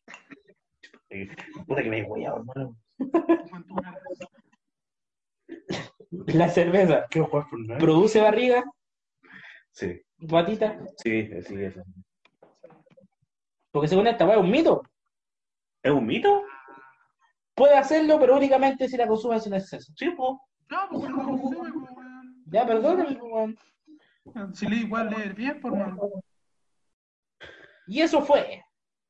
Puta que me he weado, hermano.
con tu madre.
la cerveza.
¿Qué jugar por nada?
Produce barriga,
Sí,
guatita,
sí, sí, eso.
porque según esta weá es un mito.
¿Es un mito?
Puede hacerlo, pero únicamente si la consumes en exceso.
Sí, po.
No, pues, no consume, pues, weón.
Ya, perdóname, pues, weón.
Si leí igual leer bien, pues, por mano.
Y eso fue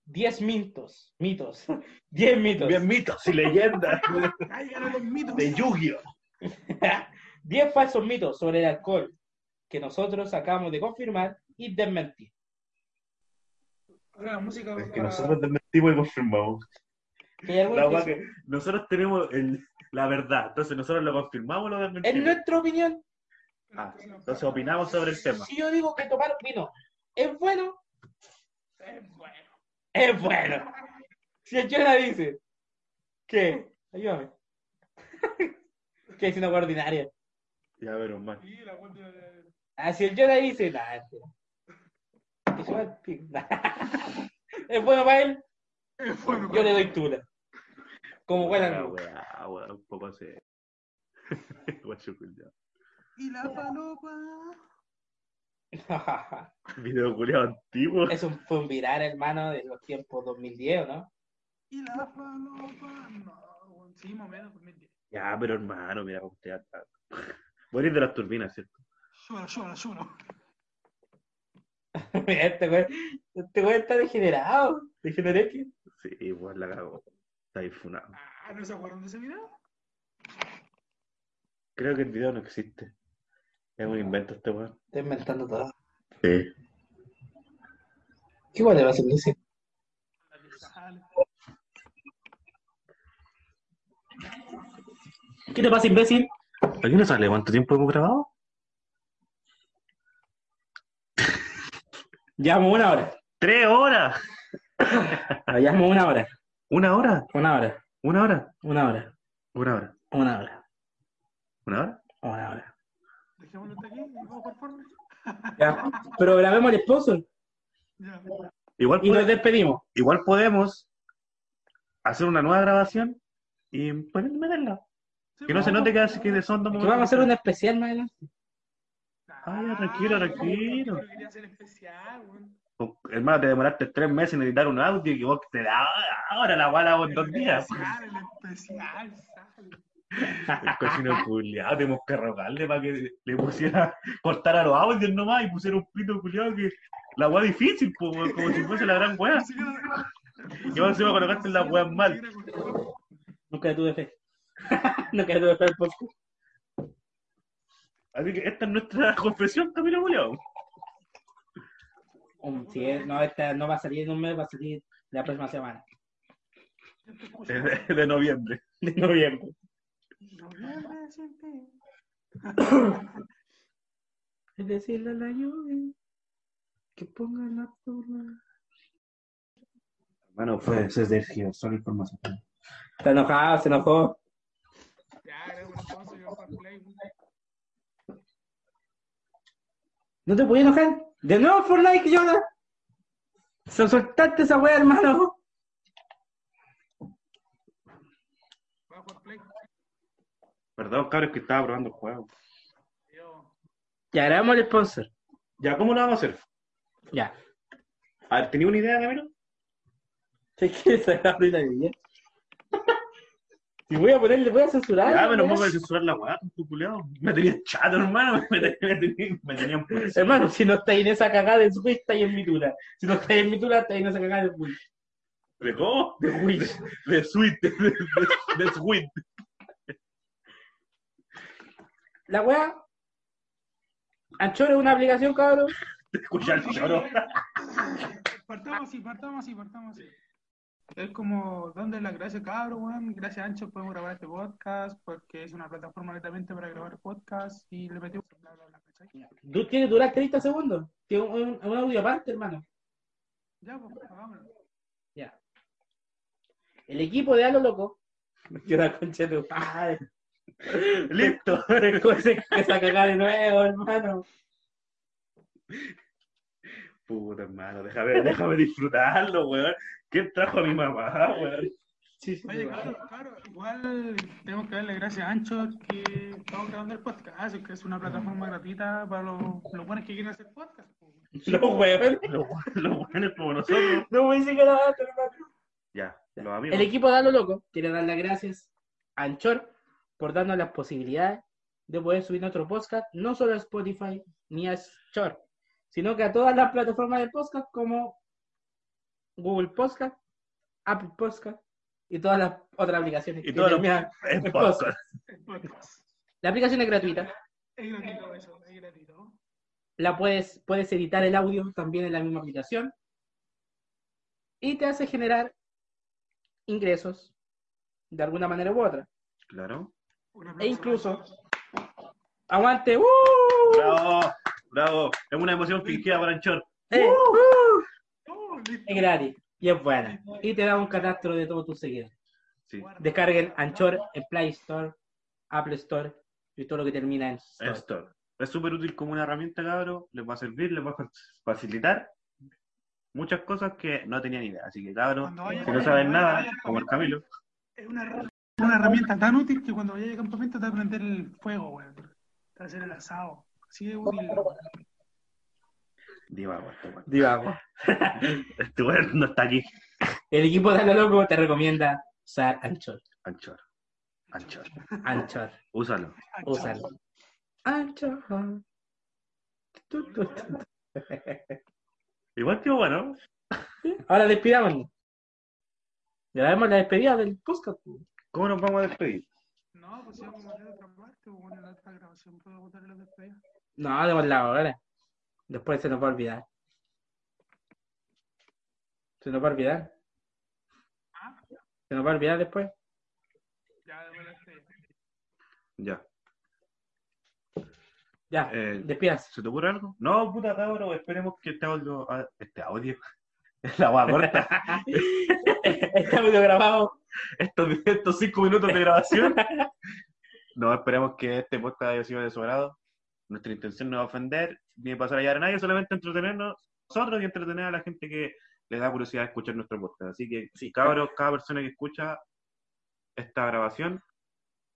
10 mitos, mitos, 10 mitos,
Bien mitos y leyendas
Ay, ahora los mitos.
de Yu-Gi-Oh!
10 falsos mitos sobre el alcohol que nosotros acabamos de confirmar y desmentir.
Ahora la música.
Es que
para-
nosotros desmentimos y confirmamos.
Que hay algunos
La
que
weá
dicen,
que nosotros tenemos el- la verdad, entonces nosotros lo confirmamos o lo
En
desmentimos.
nuestra opinión,
Ah, entonces opinamos sobre el tema.
si yo digo que tomar vino es bueno,
Es bueno.
es bueno. Si el Jonah dice que, ayúdame, que es una ordinaria.
Ya veremos mal.
Sí, la vuelta de.
Ah, si el Jonah dice, nada, espera. Que se va al pico. es bueno para él,
Es bueno,
yo le doy tula. Como buena
Ah,
luz.
weá, weá, un poco así. Guacho culiao.
Y la palopa.
Video culiao antiguo.
Es un, fue un viral, hermano, de los tiempos 2010, ¿o ¿no?
Y la palopa. No, weón. Sí, más o menos, pues, mentira.
Ya, pero hermano, mira cómo usted está. Morir de las turbinas, ¿cierto?
Súbalo, súbalo, súbalo.
Mira, este güey, este güey está degenerado. ¿Degeneré qué?
Sí, igual la cago. Está difunado.
Ah, ¿no se acuerdan de ese video?
Creo que el video no existe. Es un invento este weón.
Estoy inventando todo.
Sí.
¿Qué igual le va a hacer Lucy?
La que sale.
¿Qué te pasa, imbécil?
Aquí no sale cuánto tiempo hemos grabado.
Llevamos una hora. Ah,
¡Tres horas!
Llevamos una hora.
¿Una hora?
Una hora.
¿Una hora?
Una hora.
¿Una hora?
Una hora.
¿Una hora?
Una hora.
Dejémoslo hasta aquí y vamos por forma.
Ya. Pero grabemos el sponsor
Ya.
Igual,
y
pode-
nos despedimos.
igual podemos hacer una nueva grabación y ponerme meterla.
Sí,
Que no se
vamos.
note que hace que de son dos
Que
momentos.
vamos a hacer un especial más adelante.
Ah, ya, tranquilo, tranquilo.
Yo quería hacer especial, weón.
Oh, Hermano, te demoraste tres meses en editar un audio y vos te da ahora la bala en dos días. pues.
El especial, el especial, sale.
El cochino culiado, tenemos que rogarle para que le pusiera, cortara los audios nomás y pusiera un pito culiado que la weá difícil, po, weón, como si fuese la gran weá.
Ni siquiera-
Y ahora encima colocaste las weas mal.
Ni siquiera con-
Nunca le tuve fe. Nunca le tuve fe al podcast.
Así que esta es nuestra confesión, Camilo culiado.
Um, sí, eh, no, esta no va a salir en un mes, va a salir la próxima semana.
De, de noviembre.
De noviembre.
No vuelvas sin ti.
Es decirle a la lluvia que ponga la turba.
Bueno, pues es Sergio, solo información.
Está enojado, se enojó.
Ya, era una cosa, yo para play, weón.
¿No te podías enojar? De nuevo Fortnite que llora. Se soltaste esa wea, hermano.
Va a jugar play.
Perdón, cabros, que estaba probando el juego.
Yo,
Ya grabamos el sponsor.
Ya, ¿cómo lo vamos a hacer?
Ya.
A ver, ¿tenía una idea, Camilo?
¿Te quieres sacar de la niñez? Y voy a ponerle, voy a censurar. ¿eh?
Ya, menos
wea.
mal que censurar la weá, tu culiado. Me tenía chato, hermano. Me tenía, me tenía, me tenía un pulso.
Hermano, si no estáis en esa cagada de Switch, estáis en mi tula. Si no estáis en mi tula, estáis en esa cagada de Switch.
¿De cómo?
De Switch.
De suite. De, de, de suite.
La wea. Anchor es una aplicación, cabrón.
De escuchar el choro.
partamos así, partamos así, partamos así. Es como, ¿dónde las gracias, cabrón, weón? Gracias, Ancho, podemos grabar este podcast porque es una plataforma netamente para grabar podcast y le metimos bla, bla, bla, ¿cachai?
Tú tienes que durar 30 segundos. Tiene un, un- un audio aparte, hermano.
Ya, pues, hagámoslo.
Ya. El equipo de Halo Loco. Me quiero la concha de tu padre.
Listo.
Recoge esa cagada de nuevo, hermano.
Puta, hermano. Déjame, déjame disfrutarlo, weón. ¿Quién trajo a mi mamá, weón?
Oye, claro, claro, igual tengo que darle gracias a Ancho que estamos grabando el podcast, así que es una plataforma gratuita para los, los buenos que quieren hacer podcast. pues.
Los huevones.
Los, los buenos como nosotros.
No me dice que la hermano.
Ya, los amigos.
El equipo de Halo Loco quiere dar las gracias a Anchor por darnos las posibilidades de poder subir nuestro podcast, no solo a Spotify ni a Anchor, sino que a todas las plataformas de podcast como Google Podcast, Apple Podcast y todas las otras aplicaciones.
Y
que
todos los-
terminan
Es
en
podcast.
podcast.
El podcast.
La aplicación es gratuita.
Es gratuito eso, es gratuito.
La puedes, puedes editar el audio también en la misma aplicación. Y te hace generar ingresos de alguna manera u otra.
Claro.
Un
E
aplauso.
incluso. Aguante. ¡Uh!
Bravo. Bravo. Es una emoción fingida para Anchor.
Eh, ¡uh!
Oh, listo.
Es gratis y es buena. Y te da un catastro de todos tus seguidores.
Sí.
Descarguen Anchor en Play Store, Apple Store y todo lo que termina en Store.
Esto. Es súper útil como una herramienta, cabrón. Les va a servir, les va a facilitar muchas cosas que no tenían idea. Así que, cabrón,
Cuando vaya-
si no saben
cuando
nada,
vaya al
como el Camilo,
Es una, her- una herramienta tan útil que cuando vayas al campamento te va a prender el fuego, weón. Te va a hacer el asado. Así de útil.
divago. este weón.
Digamos.
Este weón no está aquí.
El equipo de Halo Loco te recomienda usar Anchor.
Anchor. Anchor.
Anchor.
Úsalo.
Ah,
Úsalo. Anchor. Tu, tu, tu, tu.
Igual que bueno.
Ahora despidámonos. Grabemos la despedida del podcast.
¿Cómo nos vamos a despedir?
No, pues ya vamos a hacer otra parte, weón. En la otra grabación puedo botar los despedidos.
No, demos la hora. Después se nos va a olvidar. Se nos va a olvidar.
Ah,
Se nos va a olvidar después.
ya, demos la despedida.
Ya.
Ya,
Eh,
despídase.
¿Se te ocurre algo? No, puta cabrón, esperemos que este audio. ah, Este audio. La va corta.
Está video Este grabado.
estos, estos cinco minutos de grabación. No, esperemos que este podcast haya sido de su agrado. Nuestra intención no es ofender ni pasar a llegar a nadie, solamente entretenernos nosotros y entretener a la gente que les da curiosidad escuchar nuestro podcast. Así que, sí, cabros, cada persona que escucha esta grabación,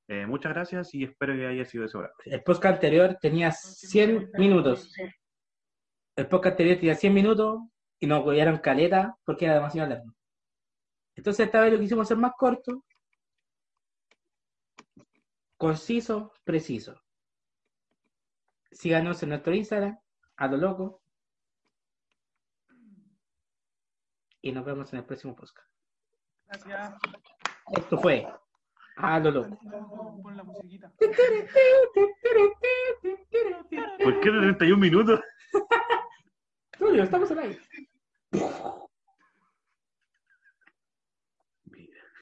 eh, muchas gracias y espero que haya sido de su agrado.
El podcast anterior tenía 100 minutos. El podcast anterior tenía 100 minutos y nos apoyaron caleta porque era demasiado largo. Entonces esta vez lo quisimos hacer más corto. Conciso, preciso. Síganos en nuestro Instagram, a lo loco. Y nos vemos en el próximo podcast.
Gracias
Esto fue a lo loco.
por la musiquita.
¿Por qué 31 minutos?
Julio, estamos en ahí.